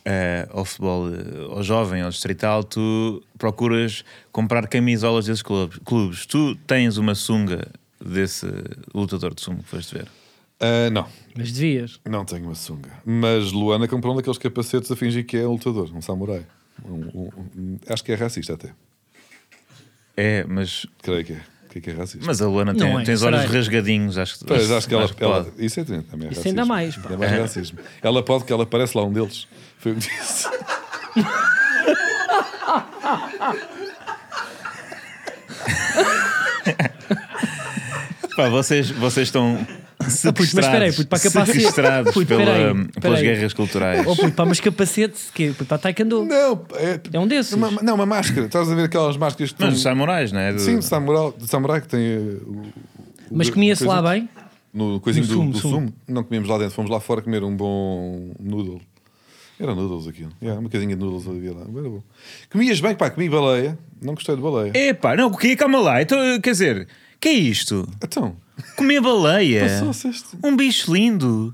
[SPEAKER 1] eh, ao futebol, eh, ao jovem, ao distrital, tu procuras comprar camisolas desses clubes. clubes. Tu tens uma sunga desse lutador de sumo que foste ver.
[SPEAKER 2] Ah, não,
[SPEAKER 3] Mas devias.
[SPEAKER 2] não tenho uma sunga. Mas Luana comprou um daqueles capacetes a fingir que é um lutador, um samurai. Um- um- um- acho que é racista até.
[SPEAKER 1] É, mas,
[SPEAKER 2] Creio que é. Que que é racista?
[SPEAKER 1] mas a Luana
[SPEAKER 3] Não
[SPEAKER 1] tem,
[SPEAKER 3] é,
[SPEAKER 1] tem os olhos
[SPEAKER 3] será?
[SPEAKER 1] rasgadinhos, acho que
[SPEAKER 2] Pois, acho que ela,
[SPEAKER 1] pode.
[SPEAKER 2] ela isso é também é racismo.
[SPEAKER 3] ainda mais, pá.
[SPEAKER 2] É mais racismo. Ela pode que ela parece lá um deles. Foi o que disse.
[SPEAKER 1] Pá, vocês, vocês estão sequestrados,
[SPEAKER 3] mas espera aí, Ah, puto, para capacete.
[SPEAKER 1] sequestrados
[SPEAKER 3] Puto,
[SPEAKER 1] pela-
[SPEAKER 3] espera aí, espera
[SPEAKER 1] pelas
[SPEAKER 3] aí.
[SPEAKER 1] guerras culturais.
[SPEAKER 3] Ou puto, pá, mas capacete, que, puto, pá, taekwondo.
[SPEAKER 2] Não, é,
[SPEAKER 3] É um desses.
[SPEAKER 2] uma, não, uma máscara. Estás a ver aquelas máscaras que
[SPEAKER 1] Mas
[SPEAKER 2] têm-
[SPEAKER 1] os samurais, não é? Do-
[SPEAKER 2] Sim, de samurai, de samurai que tem. eh, o- o-
[SPEAKER 3] Mas
[SPEAKER 2] o-
[SPEAKER 3] comia-se lá
[SPEAKER 2] coisa-
[SPEAKER 3] bem.
[SPEAKER 2] No coisinho
[SPEAKER 3] No
[SPEAKER 2] do,
[SPEAKER 3] sumo,
[SPEAKER 2] do
[SPEAKER 3] sumo.
[SPEAKER 2] sumo. Não comíamos lá dentro, fomos lá fora comer um bom noodle. Era noodles aquilo. Yeah, uma casinha de noodles havia lá. Era bom. Comias bem, pá, comi baleia. Não gostei de baleia.
[SPEAKER 1] Epá, não, o quê? Calma lá. Então, quer dizer, que é isto?
[SPEAKER 2] Então,
[SPEAKER 1] Comer baleia.
[SPEAKER 2] passou-se este.
[SPEAKER 1] Um bicho lindo.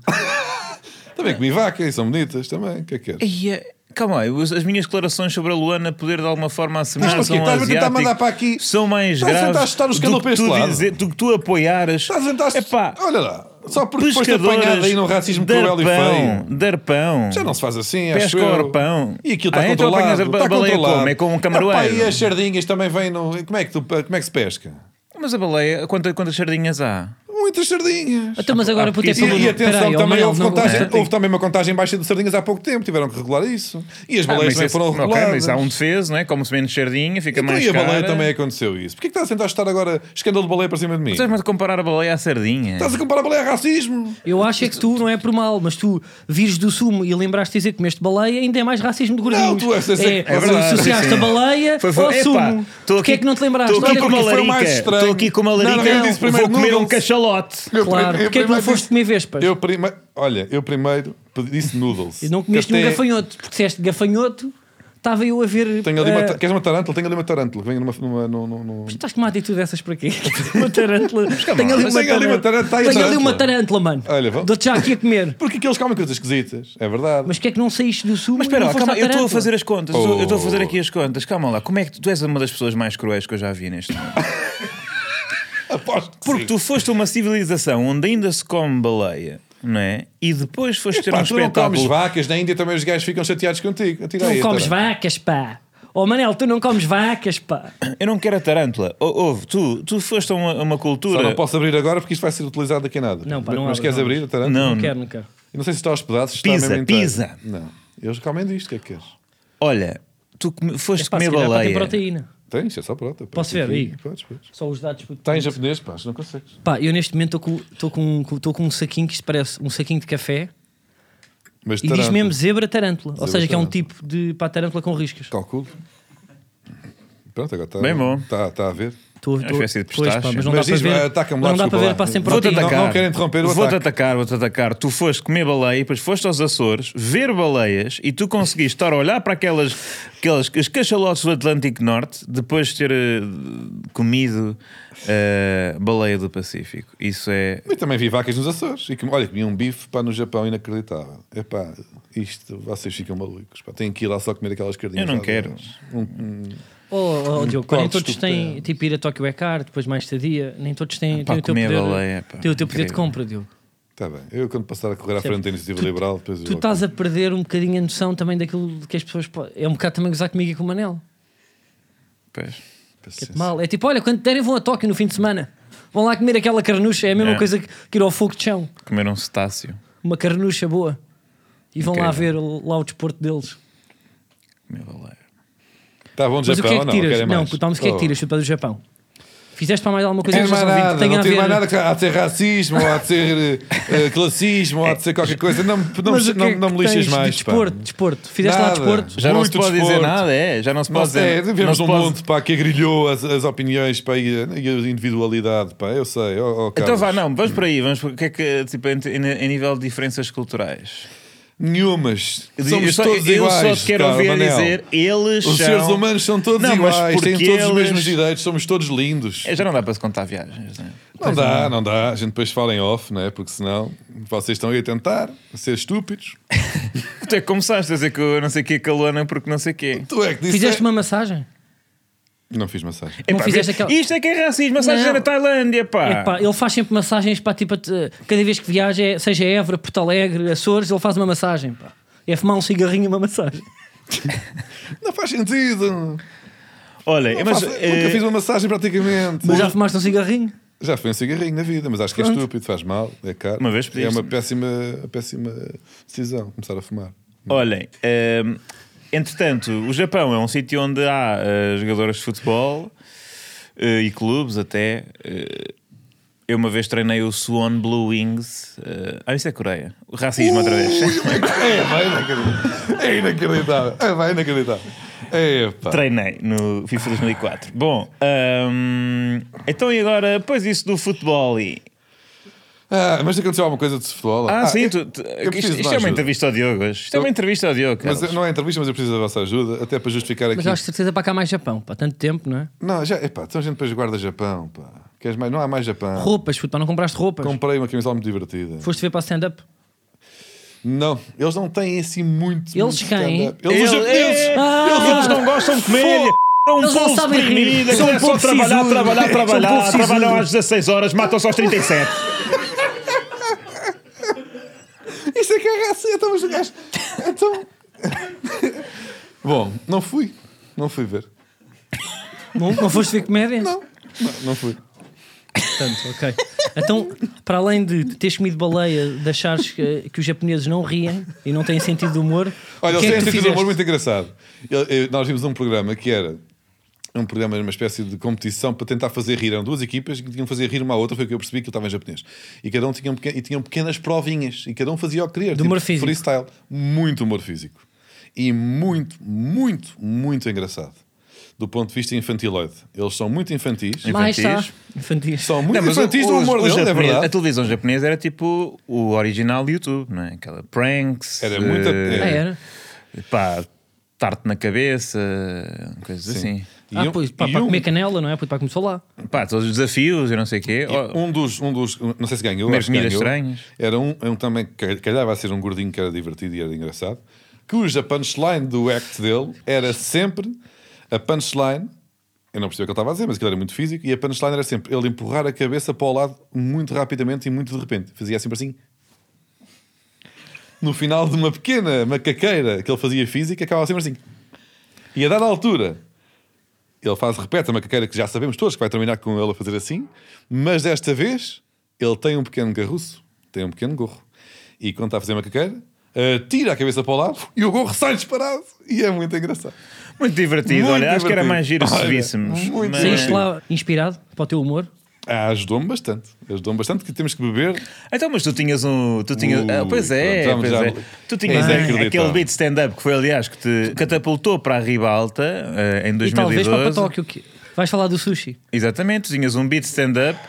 [SPEAKER 2] Também comi vaca e são bonitas também. O que é que é?
[SPEAKER 1] Ai, é- Calma aí, as as minhas declarações sobre a Luana poder de alguma forma assemelhar
[SPEAKER 2] Estás para quê?
[SPEAKER 1] são
[SPEAKER 2] Estás a tentar
[SPEAKER 1] asiático
[SPEAKER 2] mandar para aqui?
[SPEAKER 1] são mais
[SPEAKER 2] Estás a tentar
[SPEAKER 1] graves
[SPEAKER 2] chutar os
[SPEAKER 1] do que
[SPEAKER 2] canapés de
[SPEAKER 1] tu
[SPEAKER 2] lado?
[SPEAKER 1] dizer, do que tu apoiares.
[SPEAKER 2] Estás a tentar.
[SPEAKER 1] Epá,
[SPEAKER 2] Olha lá. Só porque foste
[SPEAKER 1] pescadores,
[SPEAKER 2] apanhado aí no racismo cruel e
[SPEAKER 1] darpão,
[SPEAKER 2] feio.
[SPEAKER 1] darpão.
[SPEAKER 2] Já não se faz assim, acho
[SPEAKER 1] Pesca
[SPEAKER 2] eu.
[SPEAKER 1] ao arpão.
[SPEAKER 2] E aquilo está
[SPEAKER 1] Ah, então
[SPEAKER 2] controlado.
[SPEAKER 1] apanhas a
[SPEAKER 2] está
[SPEAKER 1] ba- baleia
[SPEAKER 2] controlado.
[SPEAKER 1] como? É com um camaroeiro?
[SPEAKER 2] Epá, e as sardinhas também vêm no... Como é que, tu, como é que se pesca?
[SPEAKER 1] Mas a baleia, quanta- quantas sardinhas há?
[SPEAKER 2] Muitas sardinhas.
[SPEAKER 3] Então, mas agora, puto, é
[SPEAKER 1] porque
[SPEAKER 2] E,
[SPEAKER 3] só
[SPEAKER 1] isso-
[SPEAKER 3] uma-
[SPEAKER 2] e atenção,
[SPEAKER 3] peraí, ó,
[SPEAKER 2] também
[SPEAKER 3] Manel,
[SPEAKER 2] houve,
[SPEAKER 3] não- é.
[SPEAKER 2] contagem,
[SPEAKER 1] não-
[SPEAKER 2] houve também uma contagem baixa de sardinhas há pouco tempo, tiveram que regular isso. E as
[SPEAKER 1] Ah,
[SPEAKER 2] baleias
[SPEAKER 1] mas
[SPEAKER 2] também
[SPEAKER 1] esse-
[SPEAKER 2] foram
[SPEAKER 1] ok,
[SPEAKER 2] reguladas.
[SPEAKER 1] mas há um defeso, não é? Como se menos sardinha, fica
[SPEAKER 2] Então
[SPEAKER 1] mais
[SPEAKER 2] e a
[SPEAKER 1] cara.
[SPEAKER 2] baleia também aconteceu isso. Porquê que estás a tentar estar agora escândalo de baleia para cima de mim?
[SPEAKER 3] é-
[SPEAKER 1] Estás-me a comparar a baleia à sardinha.
[SPEAKER 2] Estás a comparar a baleia a racismo?
[SPEAKER 3] Eu acho é que tu não é por mal, mas tu vires do sumo e lembraste de dizer que comeste baleia, ainda é mais racismo de gordinhos.
[SPEAKER 2] Não, tu és- és-
[SPEAKER 3] é,
[SPEAKER 2] é
[SPEAKER 3] tu
[SPEAKER 1] verdade,
[SPEAKER 3] associaste
[SPEAKER 1] sim.
[SPEAKER 3] a baleia
[SPEAKER 1] Foi- foi-
[SPEAKER 3] ao
[SPEAKER 1] Epá,
[SPEAKER 3] sumo.
[SPEAKER 1] tô
[SPEAKER 3] Porquê é
[SPEAKER 1] aqui-
[SPEAKER 3] que não te lembraste?
[SPEAKER 1] Estou aqui
[SPEAKER 3] Olha,
[SPEAKER 1] com uma
[SPEAKER 2] porque foi mais
[SPEAKER 1] larica.
[SPEAKER 2] estranho.
[SPEAKER 1] Estou aqui com uma
[SPEAKER 2] Não, não,
[SPEAKER 1] larica.
[SPEAKER 2] eu
[SPEAKER 1] Vou
[SPEAKER 2] disse primeiro
[SPEAKER 1] comer um
[SPEAKER 2] noodles.
[SPEAKER 1] cachalote.
[SPEAKER 2] Eu prime- eu
[SPEAKER 3] Claro, porque é que não
[SPEAKER 2] primeiro
[SPEAKER 3] foste
[SPEAKER 2] disse-
[SPEAKER 3] comer vespas?
[SPEAKER 2] Eu prime... Olha, eu primeiro pedi- disse noodles.
[SPEAKER 3] E não comeste
[SPEAKER 2] Que
[SPEAKER 3] um
[SPEAKER 2] até-
[SPEAKER 3] gafanhoto, porque disseste gafanhoto, estava eu a ver.
[SPEAKER 2] Tenho ali
[SPEAKER 3] eh,
[SPEAKER 2] uma... ta- Queres uma tarântula? Tenho ali uma tarântula que vem numa... numa, numa, numa-
[SPEAKER 3] Estás com uma atitude dessas para quê? uma tarântula. Tenho ali
[SPEAKER 2] mas
[SPEAKER 3] uma
[SPEAKER 2] tem ali uma tarântula, tá aí a
[SPEAKER 3] tarântula. Tenho ali
[SPEAKER 2] tarântula.
[SPEAKER 3] uma tarântula, mano.
[SPEAKER 2] Olha, vamos-
[SPEAKER 3] Dou-te já aqui a comer.
[SPEAKER 2] Porque aqueles comem coisas esquisitas, é verdade.
[SPEAKER 3] Mas porquê é que não saíste do sumo?
[SPEAKER 1] Mas espera
[SPEAKER 3] e
[SPEAKER 1] lá,
[SPEAKER 3] não foste
[SPEAKER 1] calma,
[SPEAKER 3] à
[SPEAKER 1] eu estou a
[SPEAKER 3] tarântula?
[SPEAKER 1] fazer as contas. eu estou- Eu estou a fazer
[SPEAKER 2] Oh.
[SPEAKER 1] aqui as contas. Calma lá, como é que tu, tu és uma das pessoas mais cruéis que eu já vi neste mundo?
[SPEAKER 2] Aposto que
[SPEAKER 1] Porque
[SPEAKER 2] sim.
[SPEAKER 1] tu foste a uma civilização onde ainda se come baleia, não é? E depois foste ter um
[SPEAKER 2] Pá, tu não comes
[SPEAKER 1] espetáculo.
[SPEAKER 2] vacas, na Índia também os gajos ficam chateados contigo. Tira
[SPEAKER 3] Tu
[SPEAKER 2] aí
[SPEAKER 3] não
[SPEAKER 2] a
[SPEAKER 3] comes
[SPEAKER 2] tarântula.
[SPEAKER 3] vacas, pá. Oh Manel, tu não comes vacas, pá.
[SPEAKER 1] Eu não quero a tarântula. Ou- Ouve, tu, tu foste a uma, a uma
[SPEAKER 2] Só
[SPEAKER 1] cultura.
[SPEAKER 2] não posso abrir agora porque isto vai ser utilizado daqui a nada.
[SPEAKER 3] Não, pá, não
[SPEAKER 2] Mas
[SPEAKER 3] abre,
[SPEAKER 2] queres
[SPEAKER 3] não.
[SPEAKER 2] abrir a tarântula?
[SPEAKER 1] Não.
[SPEAKER 3] Não quero, não quero.
[SPEAKER 2] Eu não sei se está aos pedaços, se
[SPEAKER 1] Pisa,
[SPEAKER 2] está mesmo inteiro.
[SPEAKER 1] pisa.
[SPEAKER 2] Não. Eles recomendam isto, o que é que queres?
[SPEAKER 1] Olha, tu come- foste
[SPEAKER 3] É Pá, se
[SPEAKER 1] comer
[SPEAKER 3] calhar pá, tem
[SPEAKER 1] baleia.
[SPEAKER 3] proteína.
[SPEAKER 2] Tens, é só pronto.
[SPEAKER 3] Posso ver aí?
[SPEAKER 2] Podes, podes.
[SPEAKER 3] Só os dados. puto.
[SPEAKER 2] Está em japonês, pá, não consegues.
[SPEAKER 3] Pá, eu neste momento estou com, estou com, com- estou com um saquinho que isto parece um saquinho de café
[SPEAKER 2] Mas
[SPEAKER 3] e diz
[SPEAKER 2] tarântula,
[SPEAKER 3] mesmo zebra tarântula. Ou
[SPEAKER 2] Zebra
[SPEAKER 3] seja, que é um
[SPEAKER 2] tarântula.
[SPEAKER 3] tipo de pá, tarântula com riscas.
[SPEAKER 2] Calculo. Pronto, agora está
[SPEAKER 1] Bem bom.
[SPEAKER 2] Está, está a ver.
[SPEAKER 3] Estou,
[SPEAKER 1] Uma
[SPEAKER 3] estou-
[SPEAKER 1] espécie de
[SPEAKER 3] pois, pá,
[SPEAKER 1] pistache.
[SPEAKER 3] mas não
[SPEAKER 2] Mas
[SPEAKER 3] dá para
[SPEAKER 2] diz,
[SPEAKER 3] ver.
[SPEAKER 1] tá
[SPEAKER 2] ataca-me lá,
[SPEAKER 3] não dá para
[SPEAKER 2] desculpa
[SPEAKER 3] ver
[SPEAKER 2] lá.
[SPEAKER 3] para
[SPEAKER 2] Vou-te
[SPEAKER 3] sempre
[SPEAKER 1] um Vou-te
[SPEAKER 3] proteína.
[SPEAKER 1] atacar.
[SPEAKER 2] Não quero interromper o
[SPEAKER 1] Vou-te
[SPEAKER 2] ataque.
[SPEAKER 1] atacar, vou-te atacar. Tu foste comer baleia, depois foste aos Açores, ver baleias e tu conseguiste estar a olhar para aquelas, aquelas as cachalotes do Atlântico Norte depois de ter eh, comido eh, baleia do Pacífico. Isso é.
[SPEAKER 2] Eu também vi vacas nos Açores. E que, olha, comi um bife pá, no Japão inacreditável. É pá, isto, vocês ficam malucos. Pá. Têm que ir lá só comer aquelas cardinhas.
[SPEAKER 1] Eu não
[SPEAKER 2] lá
[SPEAKER 1] quero.
[SPEAKER 2] delas. Um- um-
[SPEAKER 3] Oh, oh
[SPEAKER 1] Hum,
[SPEAKER 3] Diogo, nem
[SPEAKER 2] corte
[SPEAKER 3] todos têm,
[SPEAKER 2] estupendo.
[SPEAKER 3] tipo, ir a Tóquio é caro, depois mais estadia, nem todos têm,
[SPEAKER 1] Pá,
[SPEAKER 3] têm o teu
[SPEAKER 1] comer
[SPEAKER 3] poder,
[SPEAKER 1] baleia, pá,
[SPEAKER 3] têm o teu poder de
[SPEAKER 1] incrível.
[SPEAKER 3] compra, Diogo.
[SPEAKER 2] Está Tá bem. Eu, quando passar a correr à
[SPEAKER 3] Percebe?
[SPEAKER 2] frente da iniciativa
[SPEAKER 3] Tu-
[SPEAKER 2] liberal, depois
[SPEAKER 3] Tu
[SPEAKER 2] eu.
[SPEAKER 3] estás a perder um bocadinho a noção também daquilo que as pessoas. po- É um bocado também gozar comigo e com o Manel.
[SPEAKER 1] Pois.
[SPEAKER 3] Que é de mal. É tipo, olha, quando derem, vão a Tóquio no fim de semana. Vão lá comer aquela carnucha. É a mesma
[SPEAKER 1] É.
[SPEAKER 3] coisa que, que ir ao fogo de chão.
[SPEAKER 1] Comer um cetáceo.
[SPEAKER 3] Uma carnucha boa. E vão lá ver lá o desporto deles.
[SPEAKER 1] Comer baleia.
[SPEAKER 2] Está Tá bom,
[SPEAKER 3] Mas o
[SPEAKER 2] Japão,
[SPEAKER 3] que é que
[SPEAKER 2] não?
[SPEAKER 3] tiras?
[SPEAKER 2] querem
[SPEAKER 3] Não,
[SPEAKER 2] mais.
[SPEAKER 3] putámos, o que é que
[SPEAKER 2] Oh. É,
[SPEAKER 3] tiras chupa do Japão? Fizeste para mais alguma
[SPEAKER 1] é,
[SPEAKER 3] coisa
[SPEAKER 2] Não
[SPEAKER 3] que
[SPEAKER 2] tem mais
[SPEAKER 3] ouvintes
[SPEAKER 2] nada,
[SPEAKER 3] tenham
[SPEAKER 2] não
[SPEAKER 3] a
[SPEAKER 2] tem
[SPEAKER 3] ver-
[SPEAKER 2] mais nada, que há de ser racismo, há de ser eh, eh, classismo, há de ser qualquer coisa. Não, me- não,
[SPEAKER 3] Mas
[SPEAKER 2] me-
[SPEAKER 3] o que
[SPEAKER 2] não,
[SPEAKER 3] é
[SPEAKER 2] não
[SPEAKER 3] que
[SPEAKER 2] me lixas
[SPEAKER 3] tens de
[SPEAKER 2] mais. pá.
[SPEAKER 3] Desporto, desporto. Fizeste lá
[SPEAKER 2] Nada.
[SPEAKER 3] desporto.
[SPEAKER 1] Já não se
[SPEAKER 2] Muito
[SPEAKER 1] pode dizer
[SPEAKER 2] desporto.
[SPEAKER 1] nada, é? Já não se pode
[SPEAKER 2] Nós é,
[SPEAKER 1] dizer não
[SPEAKER 2] vivemos
[SPEAKER 1] se
[SPEAKER 2] um
[SPEAKER 1] pode-
[SPEAKER 2] mundo pá, que agrilhou as, as opiniões pá, e, a, e a individualidade. Pá. Eu sei. ó, ó,
[SPEAKER 1] Então
[SPEAKER 2] Carlos.
[SPEAKER 1] vá, não, vamos por aí, vamos por o que é que, tipo, em, em- em nível de diferenças culturais.
[SPEAKER 2] Nenhumas.
[SPEAKER 1] Eu
[SPEAKER 2] Somos
[SPEAKER 1] só,
[SPEAKER 2] todos
[SPEAKER 1] eu
[SPEAKER 2] iguais.
[SPEAKER 1] só te quero
[SPEAKER 2] cara,
[SPEAKER 1] ouvir
[SPEAKER 2] Manel.
[SPEAKER 1] dizer, eles
[SPEAKER 2] Os
[SPEAKER 1] são...
[SPEAKER 2] seres humanos são todos
[SPEAKER 1] Não, mas
[SPEAKER 2] iguais, têm
[SPEAKER 1] porque
[SPEAKER 2] todos os
[SPEAKER 1] eles-
[SPEAKER 2] mesmos direitos, somos todos lindos.
[SPEAKER 1] É, Já não dá para se contar viagens, né?
[SPEAKER 2] Não dá, não dá. A gente depois fala em off, né? porque senão vocês estão aí a tentar ser estúpidos.
[SPEAKER 1] Tu é que começaste a dizer que eu não sei o que calona porque não sei o quê.
[SPEAKER 2] Tu é que disseste.
[SPEAKER 3] Fizeste uma massagem?
[SPEAKER 2] Não fiz massagem.
[SPEAKER 3] Não
[SPEAKER 1] Epá, vê-
[SPEAKER 3] fizeste aquela-
[SPEAKER 1] Isto é que é racismo, massagens
[SPEAKER 3] Não.
[SPEAKER 1] na Tailândia, pá.
[SPEAKER 3] Epá, ele faz sempre massagens para tipo, te- cada vez que viaja, é- seja Évora, Porto Alegre, Açores, ele faz uma massagem. Pá. É fumar um cigarrinho e uma massagem.
[SPEAKER 2] Não faz sentido.
[SPEAKER 1] Olha,
[SPEAKER 2] Não
[SPEAKER 1] mas...
[SPEAKER 2] faço-
[SPEAKER 1] eh,
[SPEAKER 2] Nunca fiz uma massagem praticamente.
[SPEAKER 3] Mas já fumaste um cigarrinho?
[SPEAKER 2] Já foi um cigarrinho na vida, mas acho que é estúpido, faz mal, é caro.
[SPEAKER 1] Uma vez
[SPEAKER 2] é
[SPEAKER 1] pediste.
[SPEAKER 2] uma péssima, péssima decisão começar a fumar.
[SPEAKER 1] Olhem, hum, entretanto, o Japão é um sítio onde há uh, jogadoras de futebol uh, e clubes até. Uh, eu uma vez treinei o Swan Blue Wings. uh, ah, isso é Coreia. O racismo outra vez.
[SPEAKER 2] É, vai inacreditável. É inacreditável. É, vai inacreditável. É, pá.
[SPEAKER 1] treinei no FIFA 2004. Bom, hum, então e agora, pois isso do futebol e...
[SPEAKER 2] Ah, mas aconteceu alguma coisa de futebol?
[SPEAKER 1] Ah, sim,
[SPEAKER 2] eu-
[SPEAKER 1] tu, tu-
[SPEAKER 2] eu
[SPEAKER 1] isto,
[SPEAKER 2] preciso de
[SPEAKER 1] isto é uma
[SPEAKER 2] ajuda.
[SPEAKER 1] entrevista ao Diogo. hoje. Isto é uma
[SPEAKER 2] Eu-
[SPEAKER 1] entrevista ao Diogo,
[SPEAKER 2] Mas
[SPEAKER 1] Carlos.
[SPEAKER 2] não é entrevista, mas eu preciso da vossa ajuda, até para justificar
[SPEAKER 3] Mas
[SPEAKER 2] aqui.
[SPEAKER 3] eu acho de certeza para cá mais Japão, para tanto tempo, não é?
[SPEAKER 2] Não, já, epá, então a gente depois guarda Japão, pá. Queres mais? Não há mais Japão.
[SPEAKER 3] Roupas, puto, pá, não compraste roupas.
[SPEAKER 2] Comprei uma camisola muito divertida.
[SPEAKER 3] Foste ver para stand-up.
[SPEAKER 2] Não, eles não têm assim muito.
[SPEAKER 3] Eles
[SPEAKER 2] muito
[SPEAKER 3] quem?
[SPEAKER 2] stand-up. Eles, os japoneses.
[SPEAKER 1] é,
[SPEAKER 3] Ah!
[SPEAKER 1] eles não gostam de comer. É um
[SPEAKER 3] Eles não
[SPEAKER 1] povo
[SPEAKER 3] sabem rir.
[SPEAKER 1] deprimido,
[SPEAKER 3] São
[SPEAKER 1] aquilo é
[SPEAKER 3] um
[SPEAKER 1] só
[SPEAKER 3] povo
[SPEAKER 1] trabalhar,
[SPEAKER 3] sisudo.
[SPEAKER 1] trabalhar,
[SPEAKER 3] São um povo
[SPEAKER 1] trabalhar.
[SPEAKER 3] sisudo.
[SPEAKER 1] Trabalham às 16 horas, matam-se aos 37.
[SPEAKER 2] Isso é que é raça, então os gajos. Então. Bom, não fui. Não fui ver.
[SPEAKER 3] Não, não foste ver comédia?
[SPEAKER 2] Não, não, não fui.
[SPEAKER 3] Portanto, ok. Então, para além de teres comido baleia, de achares que, que os japoneses não riem e não têm sentido de humor,
[SPEAKER 2] Olha,
[SPEAKER 3] o que
[SPEAKER 2] eles
[SPEAKER 3] é
[SPEAKER 2] têm
[SPEAKER 3] que tu
[SPEAKER 2] sentido de humor
[SPEAKER 3] fizeste?
[SPEAKER 2] muito engraçado. Eu- eu- nós vimos um programa que era um programa, uma espécie de competição para tentar fazer rir. Eram duas equipas que tinham que fazer rir uma à outra, foi o que eu percebi que ele estava em japonês. E cada um tinha um pequen- e tinham pequenas provinhas e cada um fazia o que queria.
[SPEAKER 3] De humor físico.
[SPEAKER 2] Freestyle. Muito humor físico. E muito, muito, muito engraçado. Do ponto de vista infantiloide. Eles são muito infantis.
[SPEAKER 3] Mais está.
[SPEAKER 1] Infantis.
[SPEAKER 3] Infantis.
[SPEAKER 2] São muito
[SPEAKER 1] Não, mas
[SPEAKER 2] infantis
[SPEAKER 1] o-
[SPEAKER 2] no
[SPEAKER 1] os-
[SPEAKER 2] humor
[SPEAKER 1] os
[SPEAKER 2] deles, é
[SPEAKER 1] japoneses- A
[SPEAKER 2] verdade.
[SPEAKER 1] televisão japonesa era tipo o original do YouTube, não é? Aquela pranks.
[SPEAKER 2] Era muito- é.
[SPEAKER 1] eh,
[SPEAKER 3] Ah, era.
[SPEAKER 1] Pá, tarte na cabeça, coisas assim.
[SPEAKER 2] E
[SPEAKER 3] Ah,
[SPEAKER 2] um-
[SPEAKER 3] pois, pá,
[SPEAKER 2] e
[SPEAKER 3] para
[SPEAKER 2] um-
[SPEAKER 3] comer canela, não é? Puto, Pá, começou lá.
[SPEAKER 1] Pá, todos os desafios e não sei o quê. Oh,
[SPEAKER 2] Um dos, um dos, não sei se ganhou,
[SPEAKER 1] Comer
[SPEAKER 2] acho que
[SPEAKER 1] comidas
[SPEAKER 2] ganhou.
[SPEAKER 1] estranhas.
[SPEAKER 2] Era um, um também que calhava a ser um gordinho que era divertido e era engraçado. Cuja punchline do act dele era sempre a punchline. Eu não percebi o que ele estava a dizer, mas aquilo era muito físico. E a punchline era sempre ele empurrar a cabeça para o lado muito rapidamente e muito de repente. Fazia sempre assim. No final de uma pequena macaqueira que ele fazia física, acabava sempre assim. E a dada altura, ele faz, repete a macaqueira que já sabemos todos que vai terminar com ele a fazer assim, mas desta vez ele tem um pequeno garruço, tem um pequeno gorro. E quando está a fazer a macaqueira, tira a cabeça para o lado e o gorro sai disparado. E é muito engraçado.
[SPEAKER 1] muito divertido,
[SPEAKER 2] Muito
[SPEAKER 1] olha. Acho que era
[SPEAKER 2] divertido.
[SPEAKER 1] mais giro se
[SPEAKER 2] Olha,
[SPEAKER 1] víssemos.
[SPEAKER 2] muito
[SPEAKER 1] mas-
[SPEAKER 3] Saíste lá inspirado para o teu humor.
[SPEAKER 2] Ah, ajudou-me bastante. Ajudou-me bastante que temos que beber.
[SPEAKER 1] Então, mas tu tinhas um. Tu tinhas,
[SPEAKER 2] Ui,
[SPEAKER 1] ah, pois é,
[SPEAKER 2] pronto,
[SPEAKER 1] pois
[SPEAKER 2] já-
[SPEAKER 1] é.
[SPEAKER 2] já-
[SPEAKER 1] Tu tinhas
[SPEAKER 2] Mas é
[SPEAKER 1] ah, aquele
[SPEAKER 2] inacreditável.
[SPEAKER 1] beat stand-up que foi, aliás, que te catapultou para a ribalta eh, em
[SPEAKER 3] E
[SPEAKER 1] 2012.
[SPEAKER 3] talvez para Tóquio. Que... Vais falar do sushi.
[SPEAKER 1] Exatamente, tu tinhas um beat stand-up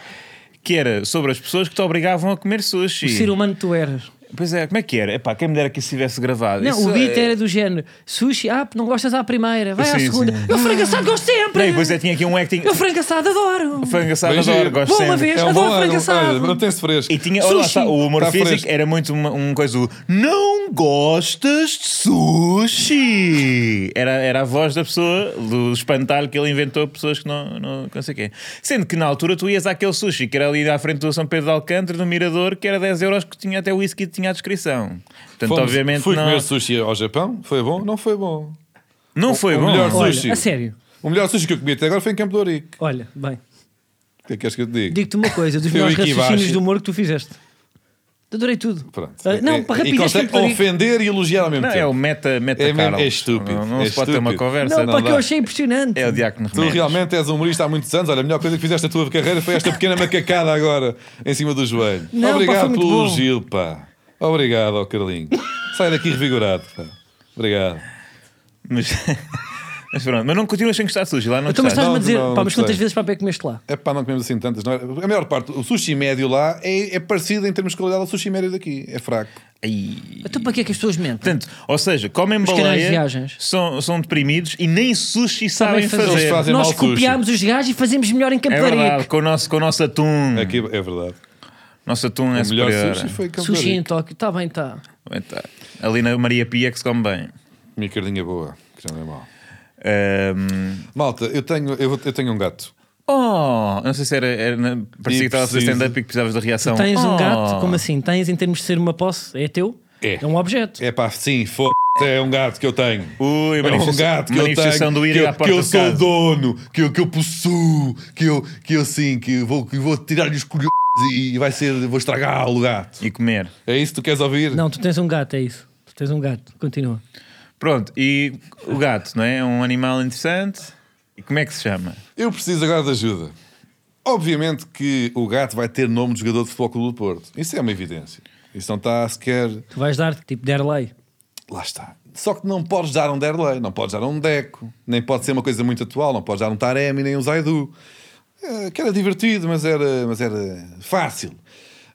[SPEAKER 1] que era sobre as pessoas que te obrigavam a comer sushi.
[SPEAKER 3] O ser humano que tu eras.
[SPEAKER 1] Pois é, como é que era? Epá, quem me dera que isso tivesse gravado.
[SPEAKER 3] Não,
[SPEAKER 1] Isso
[SPEAKER 3] o beat
[SPEAKER 1] é-
[SPEAKER 3] era do género sushi, ah, não gostas à primeira, vai à
[SPEAKER 1] Sim,
[SPEAKER 3] segunda.
[SPEAKER 1] sim.
[SPEAKER 3] Eu frangaçado gosto
[SPEAKER 1] Não, e
[SPEAKER 3] sempre!
[SPEAKER 2] é.
[SPEAKER 1] depois eu tinha aqui um acting.
[SPEAKER 3] Eu frangaçado adoro!
[SPEAKER 1] Foi engraçado,
[SPEAKER 2] Bem
[SPEAKER 1] adoro,
[SPEAKER 2] giro.
[SPEAKER 1] gosto
[SPEAKER 3] Vou uma
[SPEAKER 1] sempre.
[SPEAKER 2] É um
[SPEAKER 3] vez, adoro
[SPEAKER 2] ângulo.
[SPEAKER 3] frangaçado!
[SPEAKER 2] Olha, Mantém-se fresco.
[SPEAKER 1] E tinha, olha lá
[SPEAKER 3] Sushi.
[SPEAKER 1] está, o humor
[SPEAKER 2] Está
[SPEAKER 1] físico
[SPEAKER 2] Tá
[SPEAKER 1] é
[SPEAKER 2] fresco.
[SPEAKER 1] era muito uma, um coisa do não Gostas de sushi? Era, era a voz da pessoa, do espantalho que ele inventou para pessoas que não, não, que não sei quem. Sendo que na altura tu ias àquele sushi que era ali à frente do São Pedro de Alcântara, no Mirador, que era 10 euros que tinha até o whisky que tinha a descrição. Portanto,
[SPEAKER 2] Fomos-
[SPEAKER 1] obviamente
[SPEAKER 2] fui
[SPEAKER 1] não, é?
[SPEAKER 2] comer sushi ao Japão, foi bom? Não foi bom.
[SPEAKER 1] não foi
[SPEAKER 2] o
[SPEAKER 1] bom.
[SPEAKER 2] melhor
[SPEAKER 3] Olha,
[SPEAKER 2] Sushi.
[SPEAKER 3] a sério.
[SPEAKER 2] O melhor sushi que eu comi até agora foi em Campo de Ourique.
[SPEAKER 3] Olha, bem,
[SPEAKER 2] O que é que queres que eu te diga?
[SPEAKER 3] digo-te uma coisa: dos
[SPEAKER 2] Foi o
[SPEAKER 3] melhores
[SPEAKER 2] Ikibashi.
[SPEAKER 3] raciocínios do humor que tu fizeste. Adorei tudo.
[SPEAKER 2] Pronto.
[SPEAKER 3] Ah, não,
[SPEAKER 2] É-
[SPEAKER 3] para
[SPEAKER 2] e
[SPEAKER 3] rapidez,
[SPEAKER 2] consegue ofender e elogiar ao mesmo
[SPEAKER 1] Não,
[SPEAKER 2] tempo.
[SPEAKER 1] é o meta, meta
[SPEAKER 2] É mesmo-
[SPEAKER 1] Carlos.
[SPEAKER 2] é estúpido,
[SPEAKER 1] Não, não
[SPEAKER 2] é
[SPEAKER 1] se pode ter uma
[SPEAKER 2] estúpido.
[SPEAKER 1] conversa.
[SPEAKER 3] Não,
[SPEAKER 1] Não,
[SPEAKER 2] pá,
[SPEAKER 3] para que eu
[SPEAKER 2] dá.
[SPEAKER 3] achei impressionante.
[SPEAKER 1] É o Diácono
[SPEAKER 2] Tu
[SPEAKER 1] Remédios.
[SPEAKER 2] realmente és um humorista há muitos anos. Olha, a melhor coisa que fizeste na tua carreira foi esta pequena macacada agora em cima do joelho.
[SPEAKER 3] Não, pá, foi
[SPEAKER 2] Obrigado
[SPEAKER 3] muito
[SPEAKER 2] pelo
[SPEAKER 3] bom.
[SPEAKER 2] elogio, pá. Obrigado, ó Carlinho. Sai daqui revigorado, pá. Obrigado.
[SPEAKER 1] Mas, mas pronto, mas não continuas sem gostar de sushi, lá não
[SPEAKER 3] Então, mas
[SPEAKER 1] gostaste.
[SPEAKER 3] estás-me
[SPEAKER 2] Não,
[SPEAKER 3] a dizer,
[SPEAKER 2] não,
[SPEAKER 3] pá,
[SPEAKER 2] não
[SPEAKER 3] mas quantas
[SPEAKER 2] gostei.
[SPEAKER 3] vezes para que comeste lá?
[SPEAKER 2] É pá, não comemos assim tantas. Não é? A maior parte, o sushi médio lá é, é parecido em termos de qualidade ao sushi médio daqui. É fraco.
[SPEAKER 1] Ai.
[SPEAKER 3] Então, para que é que as pessoas mentem?
[SPEAKER 1] Portanto, ou seja, comem
[SPEAKER 3] canais de
[SPEAKER 1] baleia,
[SPEAKER 3] viagens.
[SPEAKER 1] são, são deprimidos e nem sushi sabem
[SPEAKER 3] Sabem
[SPEAKER 1] fazer.
[SPEAKER 3] fazer.
[SPEAKER 2] Eles fazem
[SPEAKER 3] Nós
[SPEAKER 2] mal sushi.
[SPEAKER 3] copiámos os gajos e fazemos melhor em Campo
[SPEAKER 1] É
[SPEAKER 3] de Arica.
[SPEAKER 1] verdade, com o nosso, com o nosso atum.
[SPEAKER 2] Aqui é verdade.
[SPEAKER 1] Nosso atum é
[SPEAKER 2] o melhor
[SPEAKER 1] superior.
[SPEAKER 2] sushi foi Campo de
[SPEAKER 3] Sushi em
[SPEAKER 2] Ourique.
[SPEAKER 3] Tóquio, está bem, está.
[SPEAKER 1] Bem, tá. Ali na Maria Pia que se come bem.
[SPEAKER 2] Minha carninha boa, que já não é mal.
[SPEAKER 1] Ahm,
[SPEAKER 2] Malta, eu tenho, eu, vou- eu tenho um gato.
[SPEAKER 1] Oh, não sei se era. era na- parecia que estava a fazer
[SPEAKER 2] Preciso.
[SPEAKER 1] stand-up e que precisavas da reação.
[SPEAKER 3] Tens um
[SPEAKER 1] Oh.
[SPEAKER 3] gato, como assim? Tens em termos de ser uma posse? É teu?
[SPEAKER 2] É.
[SPEAKER 3] É um objeto.
[SPEAKER 2] É pá, sim, foda é um gato que eu tenho.
[SPEAKER 1] Ui,
[SPEAKER 2] é um
[SPEAKER 1] manifesta-
[SPEAKER 2] gato que eu
[SPEAKER 1] manifestação
[SPEAKER 2] tenho.
[SPEAKER 1] do ir
[SPEAKER 2] que
[SPEAKER 1] à
[SPEAKER 2] eu,
[SPEAKER 1] porta
[SPEAKER 2] que eu
[SPEAKER 1] de
[SPEAKER 2] sou
[SPEAKER 1] casa.
[SPEAKER 2] dono, que eu, que eu possuo, que eu, que eu sim, que eu vou, que eu vou tirar-lhe os colhões e vai ser, vou estragar o gato.
[SPEAKER 1] E comer.
[SPEAKER 2] É isso que tu queres ouvir?
[SPEAKER 3] Não, tu tens um gato, é isso. Tu tens um gato, continua.
[SPEAKER 1] Pronto, e o gato, não é? É um animal interessante. E como é que se chama?
[SPEAKER 2] Eu preciso agora de ajuda. Obviamente que o gato vai ter nome de jogador de futebol Clube do Porto. Isso é uma evidência. Isso não está sequer.
[SPEAKER 3] Tu vais dar tipo Derlei.
[SPEAKER 2] Lá está. Só que não podes dar um Derlei, não podes dar um Deco, nem pode ser uma coisa muito atual, não podes dar um Taremi, nem um Zaidu. Eh, Que era divertido, mas era, mas era fácil.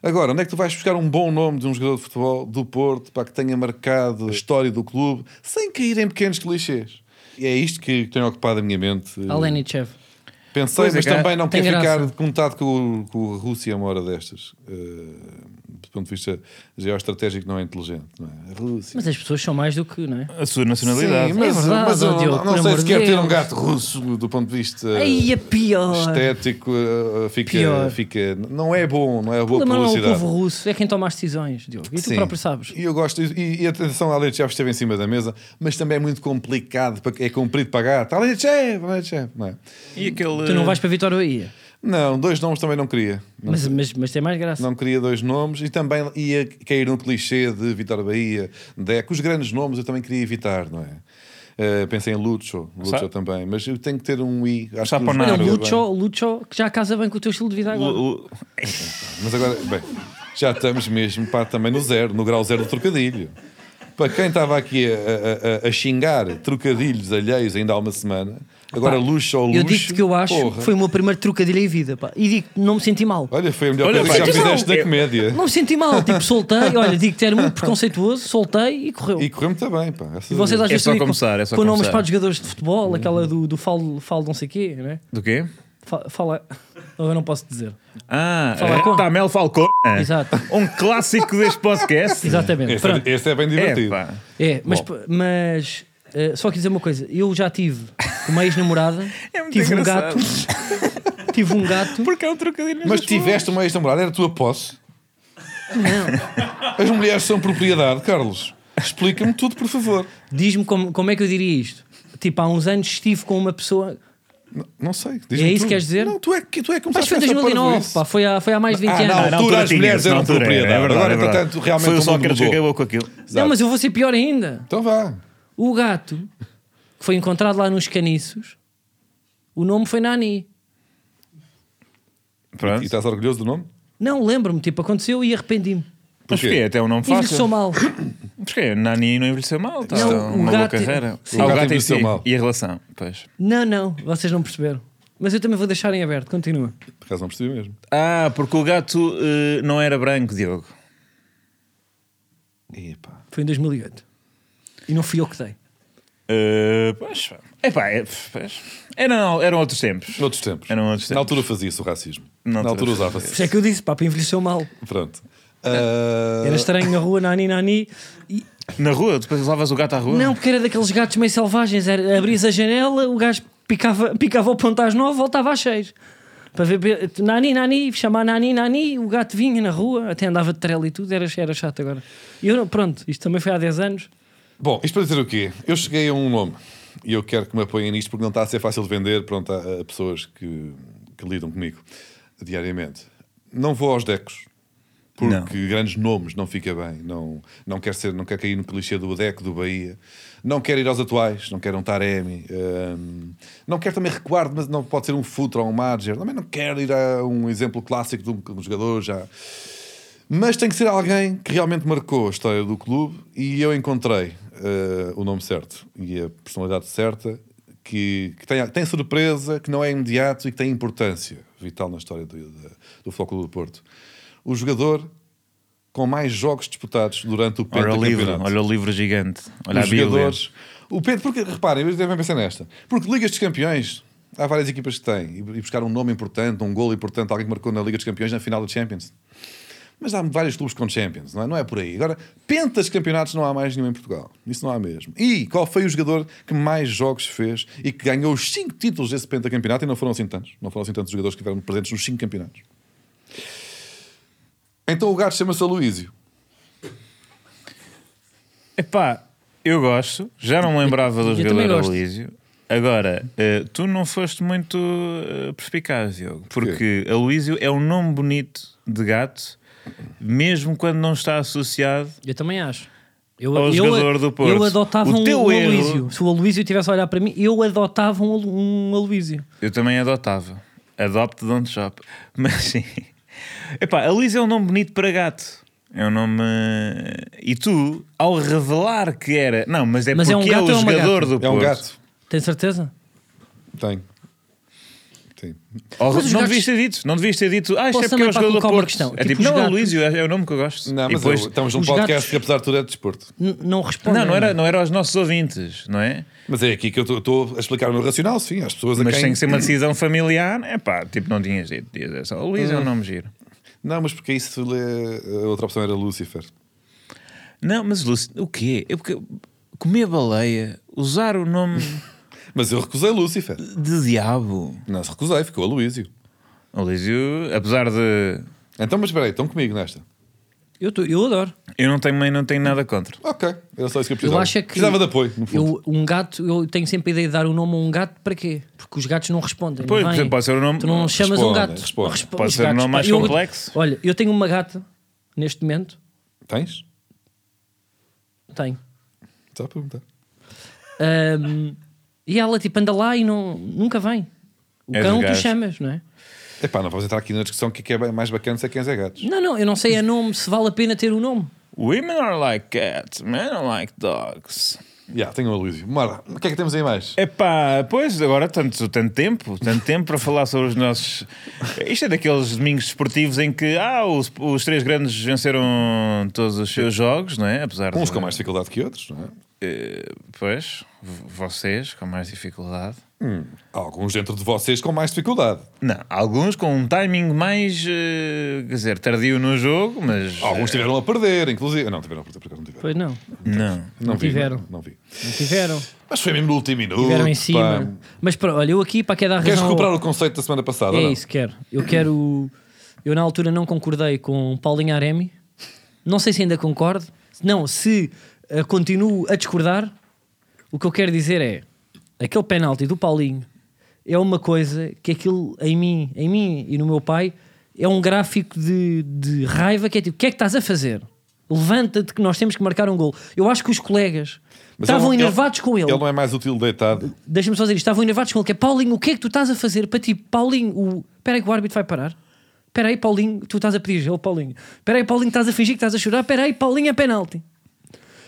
[SPEAKER 2] Agora, onde é que tu vais buscar um bom nome de um jogador de futebol do Porto para que tenha marcado a história do clube sem cair em pequenos clichês? E é isto que tem ocupado a minha mente. eh,
[SPEAKER 3] Alenichev.
[SPEAKER 2] Pensei,
[SPEAKER 1] Pois é,
[SPEAKER 2] mas
[SPEAKER 1] cara,
[SPEAKER 2] também não
[SPEAKER 3] tem
[SPEAKER 2] quer
[SPEAKER 3] graça.
[SPEAKER 2] ficar contado com, o- com a Rússia a uma hora destas. Eh, do ponto de vista geoestratégico, não é inteligente. Não é? A Rússia.
[SPEAKER 3] Mas as pessoas são mais do que, não é?
[SPEAKER 1] A sua nacionalidade.
[SPEAKER 2] Sim, mas,
[SPEAKER 3] É verdade,
[SPEAKER 2] mas eu
[SPEAKER 3] ó,
[SPEAKER 2] não-
[SPEAKER 3] Diogo,
[SPEAKER 2] não,
[SPEAKER 3] por
[SPEAKER 2] sei
[SPEAKER 3] amor
[SPEAKER 2] se
[SPEAKER 3] de
[SPEAKER 2] quer ter
[SPEAKER 3] Deus.
[SPEAKER 2] um gato russo do ponto de vista
[SPEAKER 3] Aí a pior.
[SPEAKER 2] estético. eh, Fica,
[SPEAKER 3] Pior.
[SPEAKER 2] fica- não é bom, não é boa
[SPEAKER 3] Problema não é o
[SPEAKER 2] publicidade.
[SPEAKER 3] povo russo, é quem toma as decisões, Diogo. E tu
[SPEAKER 2] Sim.
[SPEAKER 3] próprio sabes.
[SPEAKER 2] E eu gosto, e, e atenção, a Leite esteve em cima da mesa, mas também é muito complicado, para- é comprido para gato. Leite não é?
[SPEAKER 1] E aquele.
[SPEAKER 3] Tu não vais para Vitória Bahia.
[SPEAKER 2] Não, dois nomes também não queria. Não
[SPEAKER 3] Mas, mas, mas tem mais graça.
[SPEAKER 2] Não queria dois nomes e também ia cair no clichê de Vitor Bahia, Deco. Os grandes nomes eu também queria evitar, não é? Eh, pensei em Lucho, Lucho
[SPEAKER 1] Sabe?
[SPEAKER 2] também, mas eu tenho que ter um I. Acho
[SPEAKER 1] Sabe
[SPEAKER 2] que os-
[SPEAKER 1] para
[SPEAKER 3] Olha,
[SPEAKER 1] nada.
[SPEAKER 3] Lucho, Lucho, que já casa bem com o teu estilo de vida agora.
[SPEAKER 1] O- o-
[SPEAKER 2] Mas agora, bem, já estamos mesmo pá, também no zero, no grau zero do trocadilho. Para quem estava aqui a- a, a- a xingar trocadilhos alheios ainda há uma semana, agora Lucho ou Luxo.
[SPEAKER 3] eu digo-te que eu acho
[SPEAKER 2] porra.
[SPEAKER 3] que foi o meu primeiro trocadilho em vida. Pá. E digo não me senti mal.
[SPEAKER 2] Olha, foi a melhor
[SPEAKER 1] Olha,
[SPEAKER 2] coisa
[SPEAKER 1] pá,
[SPEAKER 2] que já
[SPEAKER 1] não,
[SPEAKER 2] fizeste na
[SPEAKER 1] eu-
[SPEAKER 2] comédia.
[SPEAKER 3] Não me senti mal. Tipo, soltei. Olha, digo-te era muito preconceituoso. Soltei e correu.
[SPEAKER 2] E correu muito bem, pá. Essa-
[SPEAKER 3] E vocês às
[SPEAKER 1] É
[SPEAKER 3] vezes
[SPEAKER 1] só
[SPEAKER 3] também com-
[SPEAKER 1] começar, é só
[SPEAKER 3] com nomes
[SPEAKER 1] começar. Hum.
[SPEAKER 3] para os jogadores de futebol, aquela do, do falo, falo não sei quê, né?
[SPEAKER 1] Do quê?
[SPEAKER 3] Fa- Fala. Eu não posso dizer.
[SPEAKER 1] Ah,
[SPEAKER 3] Falcone.
[SPEAKER 1] Tamel Falcone.
[SPEAKER 3] Exato.
[SPEAKER 1] Um clássico deste podcast.
[SPEAKER 3] Exatamente.
[SPEAKER 2] Esse, é-
[SPEAKER 3] Pronto.
[SPEAKER 2] esse é bem
[SPEAKER 1] É,
[SPEAKER 2] divertido.
[SPEAKER 1] pá.
[SPEAKER 3] É, mas,
[SPEAKER 2] Bom.
[SPEAKER 3] p- mas eh, só quer dizer uma coisa: eu já tive uma ex-namorada,
[SPEAKER 1] É muito
[SPEAKER 3] tive
[SPEAKER 1] engraçado.
[SPEAKER 3] um gato, tive um gato.
[SPEAKER 1] Porque é um trocadilho. nas
[SPEAKER 2] Mas
[SPEAKER 1] duas palavras.
[SPEAKER 2] tiveste uma ex-namorada, era tua posse? Não. As mulheres são propriedade, Carlos. Explica-me tudo, por favor.
[SPEAKER 3] Diz-me como, como é que eu diria isto? Tipo, há uns anos estive com uma pessoa.
[SPEAKER 2] Não, não sei.
[SPEAKER 3] É
[SPEAKER 2] tu.
[SPEAKER 3] isso que queres dizer?
[SPEAKER 2] Não, tu é que, tu é que começaste
[SPEAKER 3] Mas foi em
[SPEAKER 2] com essa
[SPEAKER 3] 2009,
[SPEAKER 2] parvoíce.
[SPEAKER 3] pá, foi há, foi há mais de 20
[SPEAKER 2] Ah,
[SPEAKER 3] anos.
[SPEAKER 2] não,
[SPEAKER 1] Na
[SPEAKER 2] altura as
[SPEAKER 1] tinha,
[SPEAKER 2] mulheres
[SPEAKER 1] na
[SPEAKER 2] eram
[SPEAKER 1] altura era,
[SPEAKER 2] propriedade.
[SPEAKER 1] é verdade,
[SPEAKER 2] Agora,
[SPEAKER 1] é verdade.
[SPEAKER 2] entretanto, realmente
[SPEAKER 1] Foi
[SPEAKER 2] o
[SPEAKER 1] o
[SPEAKER 2] mundo
[SPEAKER 1] Sócrates que
[SPEAKER 2] mudou.
[SPEAKER 1] acabou com aquilo.
[SPEAKER 3] Não, mas eu vou ser pior ainda.
[SPEAKER 2] Então vá.
[SPEAKER 3] O gato que foi encontrado lá nos caniços, o nome foi Nani.
[SPEAKER 1] Pronto.
[SPEAKER 2] E estás orgulhoso do nome?
[SPEAKER 3] Não, lembro-me, tipo, aconteceu e arrependi-me.
[SPEAKER 1] Mas
[SPEAKER 2] Porquê?
[SPEAKER 1] porquê? Até um nome
[SPEAKER 3] Envelheceu
[SPEAKER 1] fácil.
[SPEAKER 3] mal.
[SPEAKER 1] Porquê? Nani não envelheceu mal. Tá?
[SPEAKER 3] Não,
[SPEAKER 1] Não,
[SPEAKER 3] o
[SPEAKER 1] uma boa
[SPEAKER 3] gato-
[SPEAKER 1] carreira.
[SPEAKER 3] sim.
[SPEAKER 1] Ah,
[SPEAKER 2] O
[SPEAKER 1] o
[SPEAKER 2] gato
[SPEAKER 1] gato
[SPEAKER 2] envelheceu
[SPEAKER 1] envelheceu
[SPEAKER 2] mal.
[SPEAKER 1] mal. E a relação? Pois.
[SPEAKER 3] Não, não, vocês não perceberam. Mas eu também vou deixar em aberto, continua.
[SPEAKER 2] Por acaso não percebi mesmo.
[SPEAKER 1] Ah, porque o gato eh, não era branco, Diogo.
[SPEAKER 2] Epá.
[SPEAKER 3] Foi em 2008. E não fui eu que dei.
[SPEAKER 1] Eh, pois. pá. Epá, é, pois. Eram, eram outros tempos.
[SPEAKER 2] Noutros tempos.
[SPEAKER 1] Eram outros
[SPEAKER 2] Na
[SPEAKER 1] tempos.
[SPEAKER 2] altura fazia-se o racismo.
[SPEAKER 1] Na
[SPEAKER 2] um Na altura
[SPEAKER 1] altura
[SPEAKER 2] usava-se.
[SPEAKER 3] Por isso é que eu disse, pá, para envelheceu mal.
[SPEAKER 2] Pronto. Ah,
[SPEAKER 3] Era estranho na rua, Nani, Nani. E
[SPEAKER 1] Na rua? Depois levavas o gato à rua?
[SPEAKER 3] Não, porque era daqueles gatos meio selvagens. Era, abrias a janela, o gajo picava, picava o ponto às nove, voltava às seis. Para ver, nani, nani, chamar nani, nani, o gato vinha na rua, até andava de trela e tudo, era, era chato agora. E eu, não- pronto, isto também foi há 10 anos.
[SPEAKER 2] Bom, isto para dizer o quê? Eu cheguei a um nome e eu quero que me apoiem nisto porque não está a ser fácil de vender pronto, a, a pessoas que, que lidam comigo diariamente. Não vou aos decos porque grandes nomes não fica bem. Não, não, quero ser, não quero cair no clichê do deco do Bahia. Não quero ir aos atuais, não quero um Taremi. hum, não quero também recuar, mas não pode ser um Futra ou um Marger. Também não quero ir a um exemplo clássico de um, de um jogador já. Mas tem que ser alguém que realmente marcou a história do clube e eu encontrei eh, o nome certo e a personalidade certa que, que tem, tem surpresa, que não é imediato e que tem importância vital na história do, da- do Futebol Clube do Porto. O jogador com mais jogos disputados durante o
[SPEAKER 1] Olha o livro,
[SPEAKER 2] pentacampeonato.
[SPEAKER 1] olha o livro gigante. Olha
[SPEAKER 2] Os
[SPEAKER 1] a Bíblia.
[SPEAKER 2] jogadores. O Pedro, porque reparem, eu devem pensar nesta. Porque Ligas dos Campeões, há várias equipas que têm. E e buscar um nome importante, um gol importante, alguém que marcou na Liga dos Campeões na final do Champions. Mas há vários clubes com Champions, não é? Não é por aí. Agora, pentas de campeonatos não há mais nenhum em Portugal. Isso não há mesmo. E qual foi o jogador que mais jogos fez e que ganhou os cinco títulos desse pentacampeonato e não foram assim tantos? Não foram assim tantos jogadores que estiveram presentes nos cinco campeonatos. Então o gato chama-se Aloísio.
[SPEAKER 1] Epá, eu gosto. Já não me lembrava do
[SPEAKER 3] Eu também
[SPEAKER 1] jogador
[SPEAKER 3] gosto.
[SPEAKER 1] Aloísio. Agora, eh, tu não foste muito eh, perspicaz, Diogo. Porque Aloísio é um nome bonito de gato, mesmo quando não está associado.
[SPEAKER 3] Eu também acho. Eu,
[SPEAKER 1] Ao jogador do Porto.
[SPEAKER 3] eu adotava
[SPEAKER 1] O
[SPEAKER 3] um,
[SPEAKER 1] teu
[SPEAKER 3] um
[SPEAKER 1] erro-
[SPEAKER 3] Aloísio. Se o Aloísio tivesse a olhar para mim, eu adotava um, Al- um Aloísio.
[SPEAKER 1] Eu também adotava. Adopte, don't shop. Mas sim. Epá, Aloísio é um nome bonito para gato. É um nome. eh, E tu, ao revelar que era. Não, mas é
[SPEAKER 3] Mas é um
[SPEAKER 1] porque é,
[SPEAKER 3] gato ou
[SPEAKER 1] o
[SPEAKER 3] é uma
[SPEAKER 1] jogador
[SPEAKER 3] gata?
[SPEAKER 1] do Porto.
[SPEAKER 2] É um gato.
[SPEAKER 3] Tem certeza?
[SPEAKER 2] Tem. Tem.
[SPEAKER 1] Ou-
[SPEAKER 3] Mas os
[SPEAKER 1] não
[SPEAKER 3] gatos-
[SPEAKER 1] devias ter dito, não devias ter dito, ah, isto
[SPEAKER 3] Posso
[SPEAKER 1] é porque é
[SPEAKER 3] também
[SPEAKER 1] o
[SPEAKER 3] para
[SPEAKER 1] jogador do
[SPEAKER 3] colocar uma
[SPEAKER 1] Porto.
[SPEAKER 3] questão?
[SPEAKER 1] É
[SPEAKER 3] Tipo,
[SPEAKER 1] tipo, não,
[SPEAKER 3] os
[SPEAKER 1] Aloísio, é, é o nome que eu gosto.
[SPEAKER 2] Não,
[SPEAKER 1] E
[SPEAKER 2] mas
[SPEAKER 1] depois-
[SPEAKER 2] eu- então, estamos num
[SPEAKER 3] os
[SPEAKER 2] podcast
[SPEAKER 3] gatos-
[SPEAKER 2] que, apesar de tudo, é de desporto.
[SPEAKER 3] N- não responde.
[SPEAKER 1] não, não era, não era aos nossos ouvintes, não é?
[SPEAKER 2] Mas é aqui que eu estou a explicar o meu racional, sim, às pessoas a
[SPEAKER 1] Mas
[SPEAKER 2] quem...
[SPEAKER 1] tem que ser uma decisão familiar, é pá, tipo, não tinhas dito, dias é só, Luís
[SPEAKER 2] Hum.
[SPEAKER 1] é um nome giro.
[SPEAKER 2] Não, mas porque isso... é- A outra opção era Lucifer.
[SPEAKER 1] Não, mas Lúcio, o quê? Eu, porque comer baleia, usar o nome
[SPEAKER 2] Mas eu recusei Lucifer.
[SPEAKER 1] de diabo.
[SPEAKER 2] Não, se recusei, ficou Aloísio.
[SPEAKER 1] Aloísio, apesar de.
[SPEAKER 2] Então, mas espera aí, estão comigo nesta.
[SPEAKER 3] Eu, tô- eu adoro.
[SPEAKER 1] Eu não tenho, não tenho nada contra.
[SPEAKER 2] Ok, era só isso que eu
[SPEAKER 3] Eu
[SPEAKER 2] precisava.
[SPEAKER 3] acho é que.
[SPEAKER 2] Precisava de apoio, no fundo.
[SPEAKER 3] Eu, um gato, eu tenho sempre a ideia de dar o nome a um gato para quê? Porque os gatos não respondem.
[SPEAKER 1] Pois, por
[SPEAKER 3] não vêm.
[SPEAKER 1] exemplo, pode ser o nome-
[SPEAKER 3] Tu não chamas um
[SPEAKER 2] Responde,
[SPEAKER 3] gato.
[SPEAKER 2] responde.
[SPEAKER 3] Respo-
[SPEAKER 1] Pode
[SPEAKER 3] os
[SPEAKER 1] ser o nome
[SPEAKER 3] pá,
[SPEAKER 1] mais
[SPEAKER 3] eu-
[SPEAKER 1] complexo.
[SPEAKER 3] Olha, eu tenho uma gata neste momento.
[SPEAKER 2] Tens?
[SPEAKER 3] Tenho.
[SPEAKER 2] Só a perguntar.
[SPEAKER 3] Ahm, e ela tipo anda lá e não, nunca vem. O
[SPEAKER 1] É
[SPEAKER 3] cão
[SPEAKER 1] do
[SPEAKER 3] tu
[SPEAKER 1] gajo.
[SPEAKER 3] chamas, não é?
[SPEAKER 2] Epá, não vamos entrar aqui na discussão que é, que é bem- mais bacana se é quem é gatos.
[SPEAKER 3] Não, não, eu não sei a nome, se vale a pena ter o nome.
[SPEAKER 1] Women are like cats, men are like dogs.
[SPEAKER 2] Já, tenho o Aloísio. Mora, o que é que temos aí mais?
[SPEAKER 1] Epá, pois, agora tanto, tanto tempo, tanto tempo para falar sobre os nossos. Isto é daqueles domingos desportivos em que ah, os, os três grandes venceram todos os seus jogos, não é? Apesar
[SPEAKER 2] Uns
[SPEAKER 1] de.
[SPEAKER 2] com mais dificuldade que outros, não é?
[SPEAKER 1] Eh, pois, v- vocês com mais dificuldade.
[SPEAKER 2] Hum, há alguns dentro de vocês com mais dificuldade.
[SPEAKER 1] Não, alguns com um timing mais, eh, quer dizer, tardio no jogo, mas.
[SPEAKER 2] Alguns tiveram a perder, inclusive. Não, tiveram a perder porque não tiveram.
[SPEAKER 3] Pois não,
[SPEAKER 1] Não.
[SPEAKER 2] Não, vi,
[SPEAKER 3] tiveram.
[SPEAKER 2] Não, não vi.
[SPEAKER 3] não tiveram.
[SPEAKER 2] Mas foi mesmo no último minuto.
[SPEAKER 3] Tiveram em
[SPEAKER 2] pá.
[SPEAKER 3] cima. Mas pronto, olha, eu aqui para quem dá razão.
[SPEAKER 2] Queres
[SPEAKER 3] ao-
[SPEAKER 2] recuperar o conceito da semana passada? ou
[SPEAKER 3] É
[SPEAKER 2] não?
[SPEAKER 3] isso, quero. Eu quero. Eu na altura não concordei com Paulinho Aremi. Não sei se ainda concordo. Não, se eh, continuo a discordar, o que eu quero dizer é aquele penalti do Paulinho é uma coisa que aquilo em mim, em mim e no meu pai é um gráfico de, de raiva que é tipo, o que é que estás a fazer? Levanta-te que nós temos que marcar um gol. Eu acho que os colegas
[SPEAKER 2] Mas é
[SPEAKER 3] estavam
[SPEAKER 2] ele não-
[SPEAKER 3] enervados com ele
[SPEAKER 2] Ele não um- é mais útil deitado.
[SPEAKER 3] deixa-me só dizer isto, estavam enervados com ele, que é Paulinho, o que é que tu estás a fazer para ti? Paulinho, o... espera aí que o árbitro vai parar. Espera aí, Paulinho, tu estás a pedir gelo, Paulinho. Espera aí, Paulinho, estás a fingir que estás a chorar. Espera aí, Paulinho, é penalti.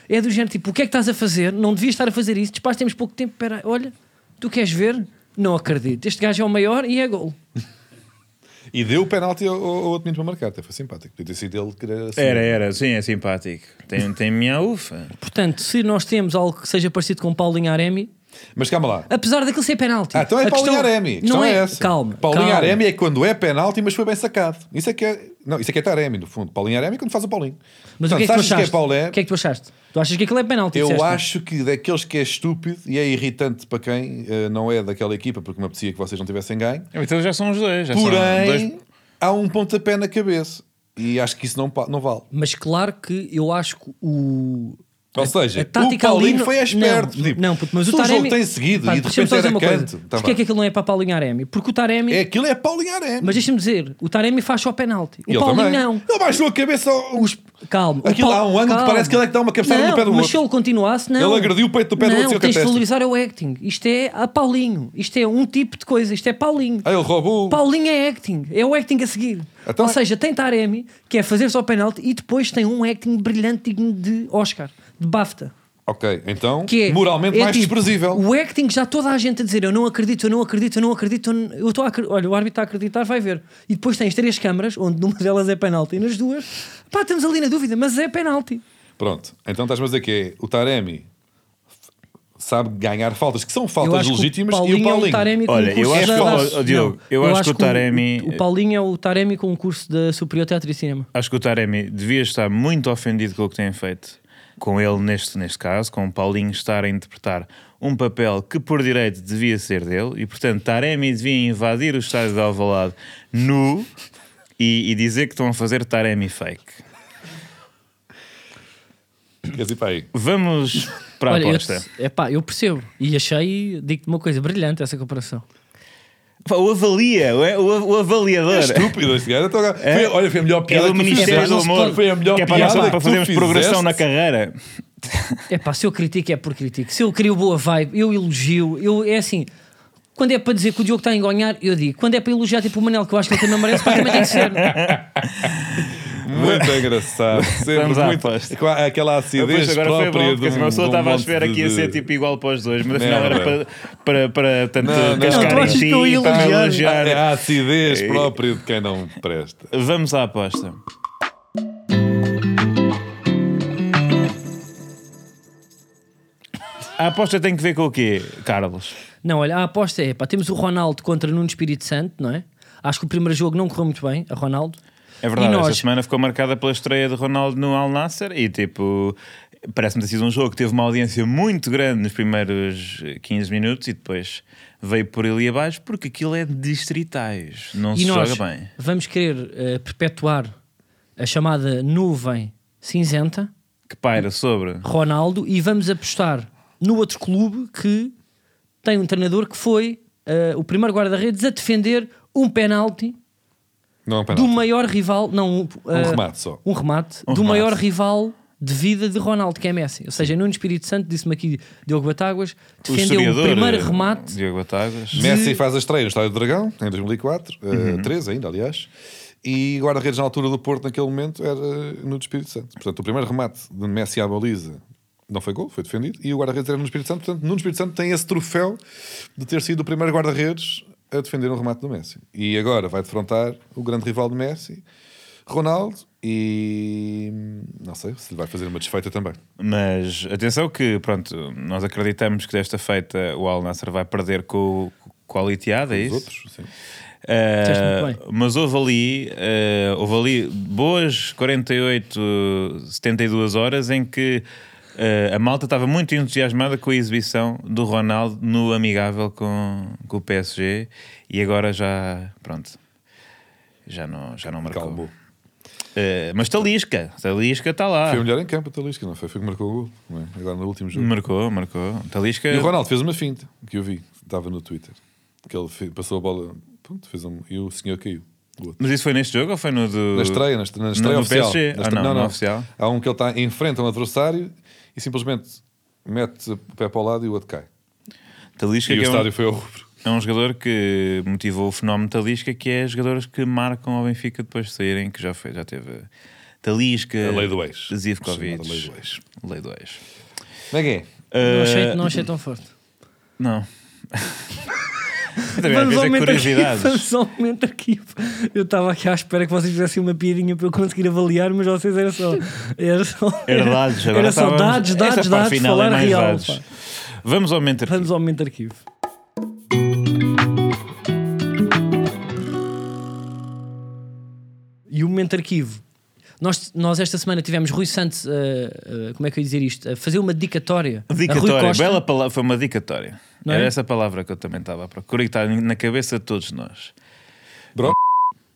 [SPEAKER 3] É do género, tipo, o que é que estás a fazer? Não devias estar a fazer isso. Despacho, temos pouco tempo. Espera aí, olha, tu queres ver? Não acredito. Este gajo é o maior e é gol.
[SPEAKER 2] E deu o penalti ao, ao ao outro menino para marcar. Até foi simpático. Podia ter sido ele que era assim.
[SPEAKER 1] Era, era, sim, é simpático. Tem, tem minha ufa.
[SPEAKER 3] Portanto, se nós temos algo que seja parecido com Paulinho Aremi,
[SPEAKER 2] Mas calma lá.
[SPEAKER 3] apesar daquilo ser penalti.
[SPEAKER 2] Ah, então é
[SPEAKER 3] a
[SPEAKER 2] Paulinho
[SPEAKER 3] questão-
[SPEAKER 2] Aremi. A questão
[SPEAKER 3] Não é,
[SPEAKER 2] essa.
[SPEAKER 3] Calma.
[SPEAKER 2] Paulinho
[SPEAKER 3] calma.
[SPEAKER 2] Aremi é quando é penalti, mas foi bem sacado. Isso é que é. Não, isso é que é Taremi, no fundo. Paulinho Aremi é quando faz o Paulinho.
[SPEAKER 3] Mas
[SPEAKER 2] Portanto,
[SPEAKER 3] o que é que tu
[SPEAKER 2] se achas
[SPEAKER 3] achaste?
[SPEAKER 2] que é Paulé,
[SPEAKER 3] O que é que tu achaste? Tu achas que aquilo é penalti?
[SPEAKER 2] Eu
[SPEAKER 3] disseste?
[SPEAKER 2] acho que daqueles que é estúpido e é irritante para quem eh, não é daquela equipa, porque me apetecia que vocês não tivessem ganho.
[SPEAKER 1] Então já são os dois. Já
[SPEAKER 3] é?
[SPEAKER 1] são dois...
[SPEAKER 2] Porém, há um pontapé na cabeça e acho que isso não, pa- não vale.
[SPEAKER 3] Mas claro que eu acho que o.
[SPEAKER 2] Ou
[SPEAKER 3] a-
[SPEAKER 2] seja,
[SPEAKER 3] a tática
[SPEAKER 2] o
[SPEAKER 3] ali
[SPEAKER 2] Paulinho
[SPEAKER 3] não-
[SPEAKER 2] foi esperto.
[SPEAKER 3] Não,
[SPEAKER 2] Tipo,
[SPEAKER 3] não puto, mas
[SPEAKER 2] se
[SPEAKER 3] o
[SPEAKER 2] o jogo
[SPEAKER 3] Taremi.
[SPEAKER 2] tem seguido e de
[SPEAKER 3] deixa-me
[SPEAKER 2] repente
[SPEAKER 3] só dizer
[SPEAKER 2] era
[SPEAKER 3] uma
[SPEAKER 2] canto,
[SPEAKER 3] Coisa.
[SPEAKER 2] tá
[SPEAKER 3] Porquê é
[SPEAKER 2] bem.
[SPEAKER 3] que aquilo não é para Paulinho Aremi? Porque o Taremi.
[SPEAKER 2] É, aquilo é Paulinho Arém.
[SPEAKER 3] Mas deixa-me dizer, o Taremi faz só penalti. O
[SPEAKER 2] Ele
[SPEAKER 3] Paulinho
[SPEAKER 2] também.
[SPEAKER 3] não.
[SPEAKER 2] Ele baixou a cabeça. ao-
[SPEAKER 3] Os- Calma. o
[SPEAKER 2] Aquilo
[SPEAKER 3] Paulo-
[SPEAKER 2] há um ano que
[SPEAKER 3] calma.
[SPEAKER 2] parece que ele é que dá uma cabeçada
[SPEAKER 3] não,
[SPEAKER 2] no pé do
[SPEAKER 3] mas
[SPEAKER 2] outro.
[SPEAKER 3] se ele continuasse, não.
[SPEAKER 2] Ele agrediu o peito do pé do
[SPEAKER 3] não,
[SPEAKER 2] outro é e ele
[SPEAKER 3] Tens de
[SPEAKER 2] catesta.
[SPEAKER 3] valorizar o acting. Isto é a Paulinho. Isto é um tipo de coisa. Isto é Paulinho.
[SPEAKER 2] Ah, ele roubou.
[SPEAKER 3] Paulinho é acting, é o acting a seguir.
[SPEAKER 2] Então
[SPEAKER 3] Ou
[SPEAKER 2] é-
[SPEAKER 3] seja, tem Taremi, que é fazer só penalti, e depois tem um acting brilhante digno de Oscar, de BAFTA.
[SPEAKER 2] Ok, então,
[SPEAKER 3] Que é,
[SPEAKER 2] moralmente
[SPEAKER 3] é
[SPEAKER 2] mais
[SPEAKER 3] tipo,
[SPEAKER 2] desprezível.
[SPEAKER 3] O acting já toda a gente a dizer eu não acredito, eu não acredito, eu não acredito. eu não- Eu estou a acre- Olha, o árbitro está a acreditar, vai ver. E depois tens três câmaras, onde numa delas é penalti, e nas duas, pá, estamos ali na dúvida, mas é penalti.
[SPEAKER 2] Pronto, então estás-me a dizer que é o Taremi f- sabe ganhar faltas, que são
[SPEAKER 3] Eu
[SPEAKER 2] faltas
[SPEAKER 3] acho que
[SPEAKER 2] legítimas, e
[SPEAKER 3] o
[SPEAKER 2] o
[SPEAKER 3] Paulinho é
[SPEAKER 2] Paulinho.
[SPEAKER 3] o Taremi com
[SPEAKER 1] Olha,
[SPEAKER 3] um curso
[SPEAKER 1] eu acho
[SPEAKER 3] de
[SPEAKER 1] que-
[SPEAKER 3] dança.
[SPEAKER 1] ó, ó, Diogo,
[SPEAKER 3] Não,
[SPEAKER 1] eu acho que o
[SPEAKER 3] o-
[SPEAKER 1] Taremi-
[SPEAKER 3] O, Paulinho é o Taremi com um curso da Superior Teatro e Cinema.
[SPEAKER 1] Acho que o Taremi devia estar muito ofendido com o que tem feito. Com ele, neste, neste caso, com o Paulinho estar a interpretar um papel que por direito devia ser dele, e portanto Taremi devia invadir o estádio de Alvalade nu e, e dizer que estão a fazer Taremi fake.
[SPEAKER 2] Quer dizer, pá, aí.
[SPEAKER 1] Vamos para a
[SPEAKER 3] Olha,
[SPEAKER 1] aposta.
[SPEAKER 3] Eu, epá, eu percebo. E achei, digo-te uma coisa, brilhante essa comparação.
[SPEAKER 1] Pá, o avalia, o, o- o avaliador.
[SPEAKER 2] É estúpido este gajo. Então, agora- foi- olha, foi a melhor piada
[SPEAKER 1] É do
[SPEAKER 2] que tu
[SPEAKER 1] Ministério
[SPEAKER 2] fizeste.
[SPEAKER 1] do Humor.
[SPEAKER 2] Foi a melhor
[SPEAKER 1] que é para,
[SPEAKER 2] piada
[SPEAKER 1] nós-
[SPEAKER 2] que
[SPEAKER 1] para
[SPEAKER 2] tu
[SPEAKER 1] fazermos progressão
[SPEAKER 2] fizeste.
[SPEAKER 1] na carreira.
[SPEAKER 3] Epá, se eu critico é por critico. Se eu crio boa vibe, eu elogio. Eu, é assim, quando é para dizer que o Diogo está a enganhar, eu digo. Quando é para elogiar tipo o Manel, que eu acho que ele também merece, pá, também tem que ser.
[SPEAKER 2] Muito engraçado. Sempre
[SPEAKER 1] Vamos à
[SPEAKER 2] muito,
[SPEAKER 1] aposta.
[SPEAKER 2] com a- aquela acidez
[SPEAKER 1] Pois, agora foi
[SPEAKER 2] própria
[SPEAKER 1] bom, porque
[SPEAKER 2] de
[SPEAKER 1] assim,
[SPEAKER 2] um-
[SPEAKER 1] uma pessoa
[SPEAKER 2] de um
[SPEAKER 1] estava a
[SPEAKER 2] monte
[SPEAKER 1] esperar
[SPEAKER 2] de-
[SPEAKER 1] aqui a ser
[SPEAKER 2] de-
[SPEAKER 1] tipo igual para os dois, mas afinal
[SPEAKER 2] Não,
[SPEAKER 1] era
[SPEAKER 2] bem.
[SPEAKER 1] para, para, para tanto
[SPEAKER 2] Não, não,
[SPEAKER 1] cascar
[SPEAKER 2] não, tu
[SPEAKER 1] em
[SPEAKER 3] achas
[SPEAKER 1] ti
[SPEAKER 3] que eu ia
[SPEAKER 1] e para
[SPEAKER 3] elogiar?
[SPEAKER 1] elogiar.
[SPEAKER 2] É a acidez própria de quem não presta.
[SPEAKER 1] Vamos à aposta. A aposta tem que ver com o quê, Carlos?
[SPEAKER 3] Não, olha, a aposta é, pá, temos o Ronaldo contra Nuno Espírito Santo, não é? Acho que o primeiro jogo não correu muito bem, a Ronaldo.
[SPEAKER 1] É verdade,
[SPEAKER 3] E nós-
[SPEAKER 1] esta semana ficou marcada pela estreia de Ronaldo no Al Nasser e tipo, parece-me ter sido um jogo que teve uma audiência muito grande nos primeiros eh, 15 minutos e depois veio por ali abaixo porque aquilo é de distritais, não
[SPEAKER 3] e
[SPEAKER 1] se
[SPEAKER 3] nós
[SPEAKER 1] joga bem.
[SPEAKER 3] vamos querer eh, perpetuar a chamada nuvem cinzenta,
[SPEAKER 1] Que paira sobre.
[SPEAKER 3] Ronaldo e vamos apostar no outro clube que tem um treinador que foi eh, o primeiro guarda-redes a defender um penalti
[SPEAKER 2] Não é um
[SPEAKER 3] do
[SPEAKER 2] penalti.
[SPEAKER 3] maior rival, não um, eh,
[SPEAKER 2] remate só.
[SPEAKER 3] um remate
[SPEAKER 1] Um
[SPEAKER 3] do
[SPEAKER 1] remate.
[SPEAKER 3] maior rival de vida de Ronaldo, que é Messi. Ou seja, Nuno Espírito Santo disse-me aqui Diogo Batáguas
[SPEAKER 1] O
[SPEAKER 3] defendeu o
[SPEAKER 1] historiador,
[SPEAKER 3] primeiro
[SPEAKER 1] eh,
[SPEAKER 3] remate.
[SPEAKER 1] Diogo Batagas.
[SPEAKER 2] Messi faz a estreia no Estádio do Dragão, em 2004, eh, 13 ainda, aliás. E guarda-redes na altura do Porto, naquele momento, era no Espírito Santo. Portanto, o primeiro remate de Messi à baliza não foi gol, foi defendido. E o guarda-redes era no Espírito Santo. Portanto, no Espírito Santo tem esse troféu de ter sido o primeiro guarda-redes a defender um remate do Messi. E agora vai defrontar o grande rival do Messi, Ronaldo. E não sei se lhe vai fazer uma desfeita também.
[SPEAKER 1] Mas atenção que, pronto, nós acreditamos que desta feita o Al Nasser vai perder com, o- com a Litiada, é
[SPEAKER 2] Os
[SPEAKER 1] isso?
[SPEAKER 2] outros, sim.
[SPEAKER 1] Eh,
[SPEAKER 3] Disseste muito bem.
[SPEAKER 1] mas houve ali, eh, houve ali boas 48, 72 horas em que eh, a malta estava muito entusiasmada com a exibição do Ronaldo no amigável com, com o PSG e agora já, pronto, já não, já não marcou.
[SPEAKER 2] Calmou.
[SPEAKER 1] Eh, mas Talisca, Talisca está lá.
[SPEAKER 2] Foi o melhor em campo, o Talisca, não foi? Foi o que marcou o gol. não é? Agora no último jogo.
[SPEAKER 1] Marcou, marcou. Talisca.
[SPEAKER 2] E o Ronaldo fez uma finta, que eu vi, estava no Twitter. Que ele fe- passou a bola, pronto, fez um, e o senhor caiu. O outro.
[SPEAKER 1] Mas isso foi neste jogo ou foi no do.
[SPEAKER 2] Na estreia, na estre- na estreia
[SPEAKER 1] no
[SPEAKER 2] oficial.
[SPEAKER 1] PSG?
[SPEAKER 2] Na
[SPEAKER 1] Ah,
[SPEAKER 2] estre-
[SPEAKER 1] não, na oficial.
[SPEAKER 2] Há um que ele está, enfrenta um adversário e simplesmente mete o pé para o lado e o outro cai.
[SPEAKER 1] Talisca
[SPEAKER 2] e o
[SPEAKER 1] que é um-
[SPEAKER 2] estádio foi ao rubro.
[SPEAKER 1] É um jogador que motivou o fenómeno Talisca, que é jogadores que marcam ao Benfica depois de saírem, que já foi, já teve Talisca,
[SPEAKER 2] A lei do ex.
[SPEAKER 1] Zivkovic,
[SPEAKER 2] Chamada lei do ex.
[SPEAKER 1] Lei do ex.
[SPEAKER 2] Como é que é?
[SPEAKER 3] Não,
[SPEAKER 1] Eh,
[SPEAKER 3] achei, não achei tão forte.
[SPEAKER 1] Não. Eu Também às vezes é curiosidades.
[SPEAKER 3] Aqui, vamos ao momento aqui. Eu estava aqui à espera que vocês fizessem uma piadinha para eu conseguir avaliar, mas vocês era só. Era só,
[SPEAKER 1] Era dados, agora
[SPEAKER 3] era só
[SPEAKER 1] estávamos-
[SPEAKER 3] dados,
[SPEAKER 1] Esta
[SPEAKER 3] dados,
[SPEAKER 1] parte
[SPEAKER 3] dados,
[SPEAKER 1] final é
[SPEAKER 3] falar
[SPEAKER 1] mais
[SPEAKER 3] real.
[SPEAKER 1] dados.
[SPEAKER 3] pá.
[SPEAKER 1] Vamos ao momento.
[SPEAKER 3] Vamos ao momento arquivo. E o momento arquivo Nós, nós esta semana tivemos Rui Santos, uh, uh, como é que eu ia dizer isto? A fazer uma dedicatória. a Rui
[SPEAKER 1] Dicatória,
[SPEAKER 3] Costa.
[SPEAKER 1] bela palavra, foi uma dicatória.
[SPEAKER 3] Não
[SPEAKER 1] Era
[SPEAKER 3] é?
[SPEAKER 1] essa palavra que eu também estava a procurar e que está na cabeça de todos nós.
[SPEAKER 2] Bro-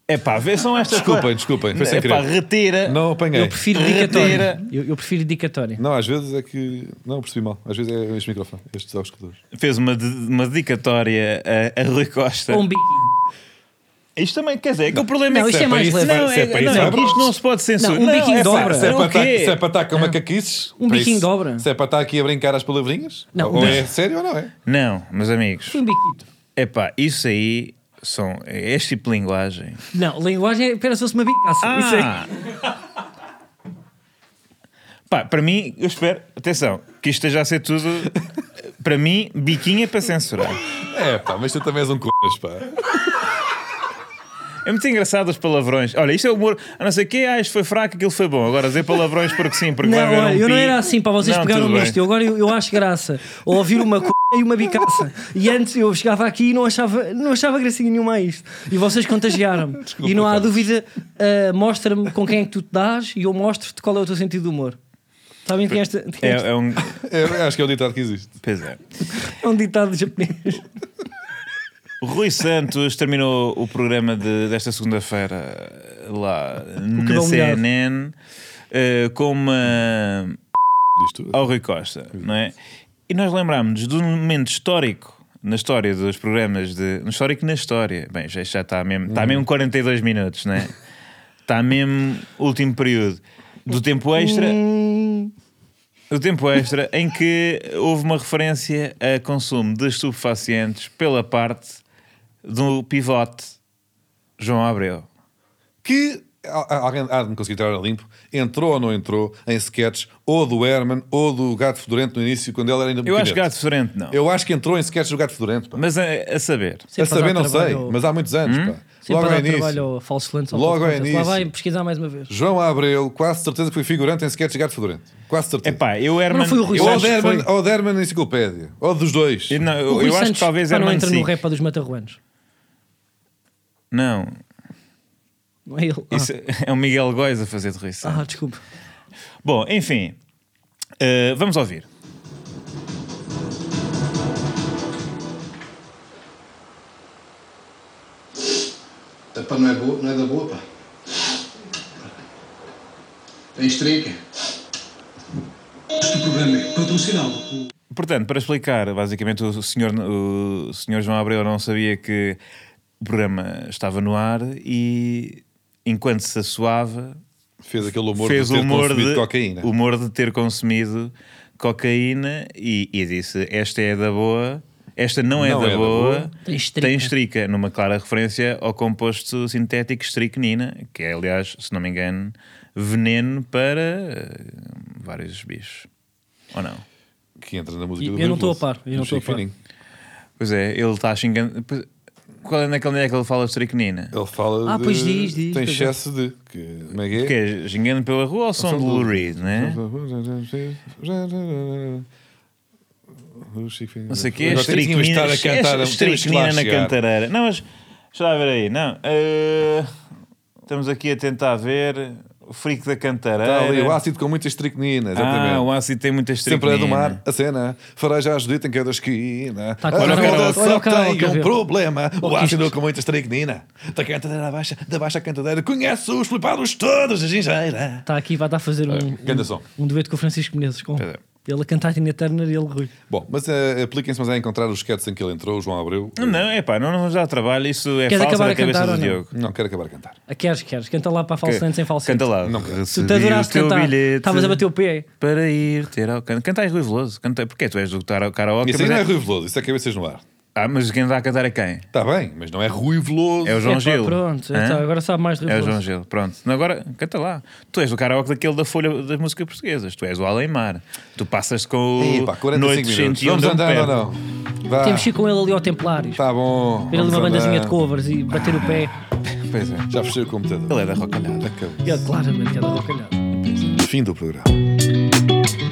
[SPEAKER 1] É pá, vê são estas
[SPEAKER 2] Desculpem,
[SPEAKER 1] coisas.
[SPEAKER 2] desculpem, foi sem
[SPEAKER 1] É pá,
[SPEAKER 2] querer.
[SPEAKER 1] retira.
[SPEAKER 2] Não apanhei.
[SPEAKER 3] Eu prefiro
[SPEAKER 1] Retira.
[SPEAKER 3] dedicatória. Eu, eu prefiro dedicatória.
[SPEAKER 2] Não, às vezes é que. Não, percebi mal. Às vezes é este microfone, estes auscultadores.
[SPEAKER 1] Fez uma, de- uma dedicatória a, a Rui Costa.
[SPEAKER 3] Ou um biquinho.
[SPEAKER 1] Isto também, quer dizer, é que o problema é
[SPEAKER 3] Não,
[SPEAKER 1] que
[SPEAKER 3] isto
[SPEAKER 1] se
[SPEAKER 3] é
[SPEAKER 1] para
[SPEAKER 3] mais
[SPEAKER 1] isso-
[SPEAKER 3] leve.
[SPEAKER 1] Não,
[SPEAKER 2] Se é
[SPEAKER 1] é,
[SPEAKER 2] para isso,
[SPEAKER 1] não,
[SPEAKER 2] é
[SPEAKER 1] é que isto não se pode censurar.
[SPEAKER 3] Não, um
[SPEAKER 1] é
[SPEAKER 3] biquinho
[SPEAKER 1] pá,
[SPEAKER 3] dobra.
[SPEAKER 2] Se é,
[SPEAKER 1] o
[SPEAKER 2] para estar,
[SPEAKER 1] quê?
[SPEAKER 2] se é para estar com macaquices.
[SPEAKER 3] Um
[SPEAKER 2] para
[SPEAKER 3] biquinho
[SPEAKER 2] isso.
[SPEAKER 3] dobra.
[SPEAKER 2] Se é para estar aqui a brincar às palavrinhas.
[SPEAKER 3] Não,
[SPEAKER 2] ou
[SPEAKER 3] um
[SPEAKER 2] é
[SPEAKER 3] biquinho.
[SPEAKER 2] sério ou não é?
[SPEAKER 1] Não, meus amigos,
[SPEAKER 3] Um biquito.
[SPEAKER 1] é pá, isso aí são. é Este tipo de linguagem.
[SPEAKER 3] Não, linguagem é apenas fosse uma bicaça. Isso é-
[SPEAKER 1] Ah! Pá, para mim, eu espero, atenção, que isto esteja a ser tudo. Para mim, biquinho é para censurar.
[SPEAKER 2] É, pá, mas tu também és um c, pá.
[SPEAKER 1] É muito engraçado os palavrões. Olha, isto é humor. A não ser que, ah, isto foi fraco, aquilo foi bom. Agora, dizer palavrões porque sim, porque vai
[SPEAKER 3] Não,
[SPEAKER 1] haver um
[SPEAKER 3] olha, eu não
[SPEAKER 1] pi.
[SPEAKER 3] era assim para vocês
[SPEAKER 1] Não,
[SPEAKER 3] pegaram
[SPEAKER 1] tudo bem.
[SPEAKER 3] nisto. Eu agora eu, eu acho graça. Ou ouvir uma coisa e uma bicaça. E antes eu chegava aqui e não achava, não achava gracinha nenhuma a isto. E vocês contagiaram-me. E não há
[SPEAKER 2] Carlos.
[SPEAKER 3] dúvida, ah, mostra-me com quem é que tu te dás e eu mostro-te qual é o teu sentido de humor. Sabem quem é esta? quem é esta-
[SPEAKER 1] É, é um.
[SPEAKER 2] É, acho que é o ditado que existe.
[SPEAKER 1] Pois é.
[SPEAKER 3] É um ditado japonês.
[SPEAKER 1] Rui Santos terminou o programa de- desta segunda-feira lá na
[SPEAKER 3] cabelo
[SPEAKER 1] CNN eh, com uma
[SPEAKER 2] Diz tu.
[SPEAKER 1] ao Rui Costa, não é? E nós lembrámos-nos de um momento histórico na história dos programas de. No histórico na história. Bem, já, já está mesmo. Está mesmo 42 minutos, não é? Está mesmo último período. Do tempo extra.
[SPEAKER 3] Hum,
[SPEAKER 1] Do tempo extra em que houve uma referência a consumo de estupefacientes pela parte do pivote João Abreu.
[SPEAKER 2] Que al- al- alguém há de me conseguir tirar a limpo. Entrou ou não entrou em sketches ou do Herman ou do Gato Fedorento no início, quando ele era ainda
[SPEAKER 1] Eu acho
[SPEAKER 2] pequenete.
[SPEAKER 1] que há diferente, não.
[SPEAKER 2] Eu acho que entrou em sketches do Gato Fedorento, pá.
[SPEAKER 1] Mas a, a saber,
[SPEAKER 2] a
[SPEAKER 3] sempre
[SPEAKER 2] saber,
[SPEAKER 3] dá
[SPEAKER 2] não sei,
[SPEAKER 3] trabalho ao-
[SPEAKER 2] mas há muitos anos, pá.
[SPEAKER 3] sempre
[SPEAKER 2] Logo
[SPEAKER 3] dá
[SPEAKER 2] ao
[SPEAKER 3] trabalho
[SPEAKER 2] início.
[SPEAKER 3] ao falso lento.
[SPEAKER 2] Logo ao
[SPEAKER 3] Lá
[SPEAKER 2] início.
[SPEAKER 3] vai pesquisar mais uma vez.
[SPEAKER 2] João Abreu, quase certeza que foi figurante em sketches de Gato Fedorento. Quase certeza.
[SPEAKER 1] epá, eu Herman.
[SPEAKER 3] não foi o Rui
[SPEAKER 1] eu
[SPEAKER 2] ou
[SPEAKER 3] acho
[SPEAKER 1] acho-
[SPEAKER 3] que
[SPEAKER 2] Derman,
[SPEAKER 3] foi.
[SPEAKER 2] ou Derman na enciclopédia. Ou dos dois.
[SPEAKER 1] eu não,
[SPEAKER 3] O
[SPEAKER 1] eu,
[SPEAKER 3] Rui
[SPEAKER 1] eu acho
[SPEAKER 3] Santos,
[SPEAKER 1] que talvez é assim.
[SPEAKER 3] pá, não
[SPEAKER 1] Herman
[SPEAKER 3] entra no
[SPEAKER 1] Sica.
[SPEAKER 3] repa dos matarruanos.
[SPEAKER 1] Não,
[SPEAKER 3] Não é ele. Ah,
[SPEAKER 1] isso é o Miguel Góis a fazer de Rui Santos.
[SPEAKER 3] ah desculpa.
[SPEAKER 1] Bom, enfim, eh, vamos ouvir.
[SPEAKER 4] Epá, não é boa, não é da boa, pá. Tem estrica. Este programa é patrocinado por...
[SPEAKER 1] Portanto, para explicar, basicamente o senhor, o senhor João Abreu não sabia que o programa estava no ar e enquanto se assoava
[SPEAKER 2] Fez aquele humor
[SPEAKER 1] fez
[SPEAKER 2] de
[SPEAKER 1] o
[SPEAKER 2] ter
[SPEAKER 1] humor
[SPEAKER 2] consumido
[SPEAKER 1] de,
[SPEAKER 2] cocaína.
[SPEAKER 3] um-
[SPEAKER 1] humor de ter consumido cocaína e, e disse esta é da boa, esta não é,
[SPEAKER 2] Não
[SPEAKER 1] da,
[SPEAKER 2] é da
[SPEAKER 1] boa,
[SPEAKER 2] boa.
[SPEAKER 3] Tem estrica.
[SPEAKER 1] tem estrica, numa clara referência ao composto sintético estricnina, que é aliás, se não me engano, veneno para eh, vários bichos. Ou não?
[SPEAKER 2] Que entra na música
[SPEAKER 3] Eu
[SPEAKER 2] do
[SPEAKER 3] não
[SPEAKER 2] Rui
[SPEAKER 3] estou a
[SPEAKER 2] Veloso.
[SPEAKER 3] par, eu não
[SPEAKER 2] Do
[SPEAKER 3] estou a
[SPEAKER 2] Chico
[SPEAKER 3] par.
[SPEAKER 2] Fininho.
[SPEAKER 1] Pois é, ele está xingando. Pois- Qual é naquele dia que ele fala estricnina?
[SPEAKER 2] Ele fala
[SPEAKER 3] Ah,
[SPEAKER 2] de...
[SPEAKER 3] pois diz, diz,
[SPEAKER 2] Tem
[SPEAKER 3] pois é.
[SPEAKER 2] excesso de... Que, como é que é?
[SPEAKER 1] Que é xingando pela rua ou som de Lou Reed, né? Não
[SPEAKER 2] Não
[SPEAKER 1] sei o que,
[SPEAKER 2] Agora tínhamos de
[SPEAKER 1] estricnina,
[SPEAKER 2] estar a cantar. um
[SPEAKER 1] um
[SPEAKER 2] tínhamos que lá
[SPEAKER 1] estricnina É na
[SPEAKER 2] chegar.
[SPEAKER 1] cantareira. Não, mas deixa lá ver aí, não. eh, estamos aqui a tentar ver o frico da cantareira.
[SPEAKER 2] Está ali o ácido com muita estricnina, exatamente.
[SPEAKER 1] ah, o ácido tem muita estricnina.
[SPEAKER 2] Sempre é do mar, a cena. Farei já a Judita em cada esquina.
[SPEAKER 3] Tá
[SPEAKER 2] a
[SPEAKER 3] claro,
[SPEAKER 1] olha o
[SPEAKER 2] roda
[SPEAKER 1] karaoke,
[SPEAKER 2] só
[SPEAKER 3] olha o karaoke,
[SPEAKER 2] tem um
[SPEAKER 3] viu?
[SPEAKER 2] problema. O
[SPEAKER 3] que
[SPEAKER 2] ácido
[SPEAKER 3] isto-
[SPEAKER 2] com muita estricnina. Da cantadeira abaixo, da baixa cantadeira. Conhece os flipados todos da gingeira.
[SPEAKER 3] Está aqui, vai estar a fazer um,
[SPEAKER 2] grande som.
[SPEAKER 3] um, um dueto com o Francisco Menezes. Com
[SPEAKER 1] Pois é.
[SPEAKER 3] ele a cantar Tina Turner e ele Rui.
[SPEAKER 2] Bom, mas eh, apliquem-se mais a encontrar os sketches em que ele entrou, o João Abreu.
[SPEAKER 1] Não, não, é pá, não nos dá trabalho. Isso é
[SPEAKER 3] Queres
[SPEAKER 1] falsa
[SPEAKER 3] acabar
[SPEAKER 1] da
[SPEAKER 3] a cantar
[SPEAKER 1] cabeça
[SPEAKER 3] ou
[SPEAKER 1] do
[SPEAKER 3] não?
[SPEAKER 1] Diogo.
[SPEAKER 2] Não quero acabar a cantar.
[SPEAKER 3] A queres, queres? Canta lá para falsante sem falsante.
[SPEAKER 1] Canta lá.
[SPEAKER 2] Não quero.
[SPEAKER 3] Tu
[SPEAKER 1] Recebi
[SPEAKER 3] te adoraste
[SPEAKER 1] o teu
[SPEAKER 3] cantar.
[SPEAKER 1] bilhete
[SPEAKER 3] Estavas a bater o pé.
[SPEAKER 1] Para ir ter ao canto. Cantai Rui Veloso. Canta... Porque tu és do tar- karaoke.
[SPEAKER 2] Isso aí
[SPEAKER 1] mas
[SPEAKER 2] não é
[SPEAKER 1] é-
[SPEAKER 2] Rui Veloso, isso é cabeças no ar.
[SPEAKER 1] Ah, mas quem dá a cantar é quem?
[SPEAKER 2] Está bem, mas não é Rui Veloso.
[SPEAKER 1] É o João
[SPEAKER 3] Epá,
[SPEAKER 1] Gil.
[SPEAKER 3] pronto,
[SPEAKER 1] Hã?
[SPEAKER 3] então agora sabe mais de Rui
[SPEAKER 1] É o
[SPEAKER 3] Veloso.
[SPEAKER 1] João Gil, pronto. Agora, canta lá. Tu és o karaoke daquele da Folha das Músicas Portuguesas. Tu és o Alemar. Tu passas com o
[SPEAKER 2] Ih, pá, 45
[SPEAKER 1] Noite
[SPEAKER 2] minutos.
[SPEAKER 1] 101
[SPEAKER 2] Vamos
[SPEAKER 1] de um
[SPEAKER 2] andando
[SPEAKER 1] pé.
[SPEAKER 2] ou não? Vá.
[SPEAKER 3] Temos de ir com ele ali ao Templários.
[SPEAKER 2] Tá bom.
[SPEAKER 3] Ver ali
[SPEAKER 2] vamos
[SPEAKER 3] uma bandazinha
[SPEAKER 2] andando.
[SPEAKER 3] de covers e bater o pé.
[SPEAKER 1] Pois é.
[SPEAKER 2] Já fechei o computador.
[SPEAKER 1] Ele é da Rocalhada.
[SPEAKER 2] Acabou.
[SPEAKER 3] E ele claramente é da rocalhada.
[SPEAKER 2] Fim do programa.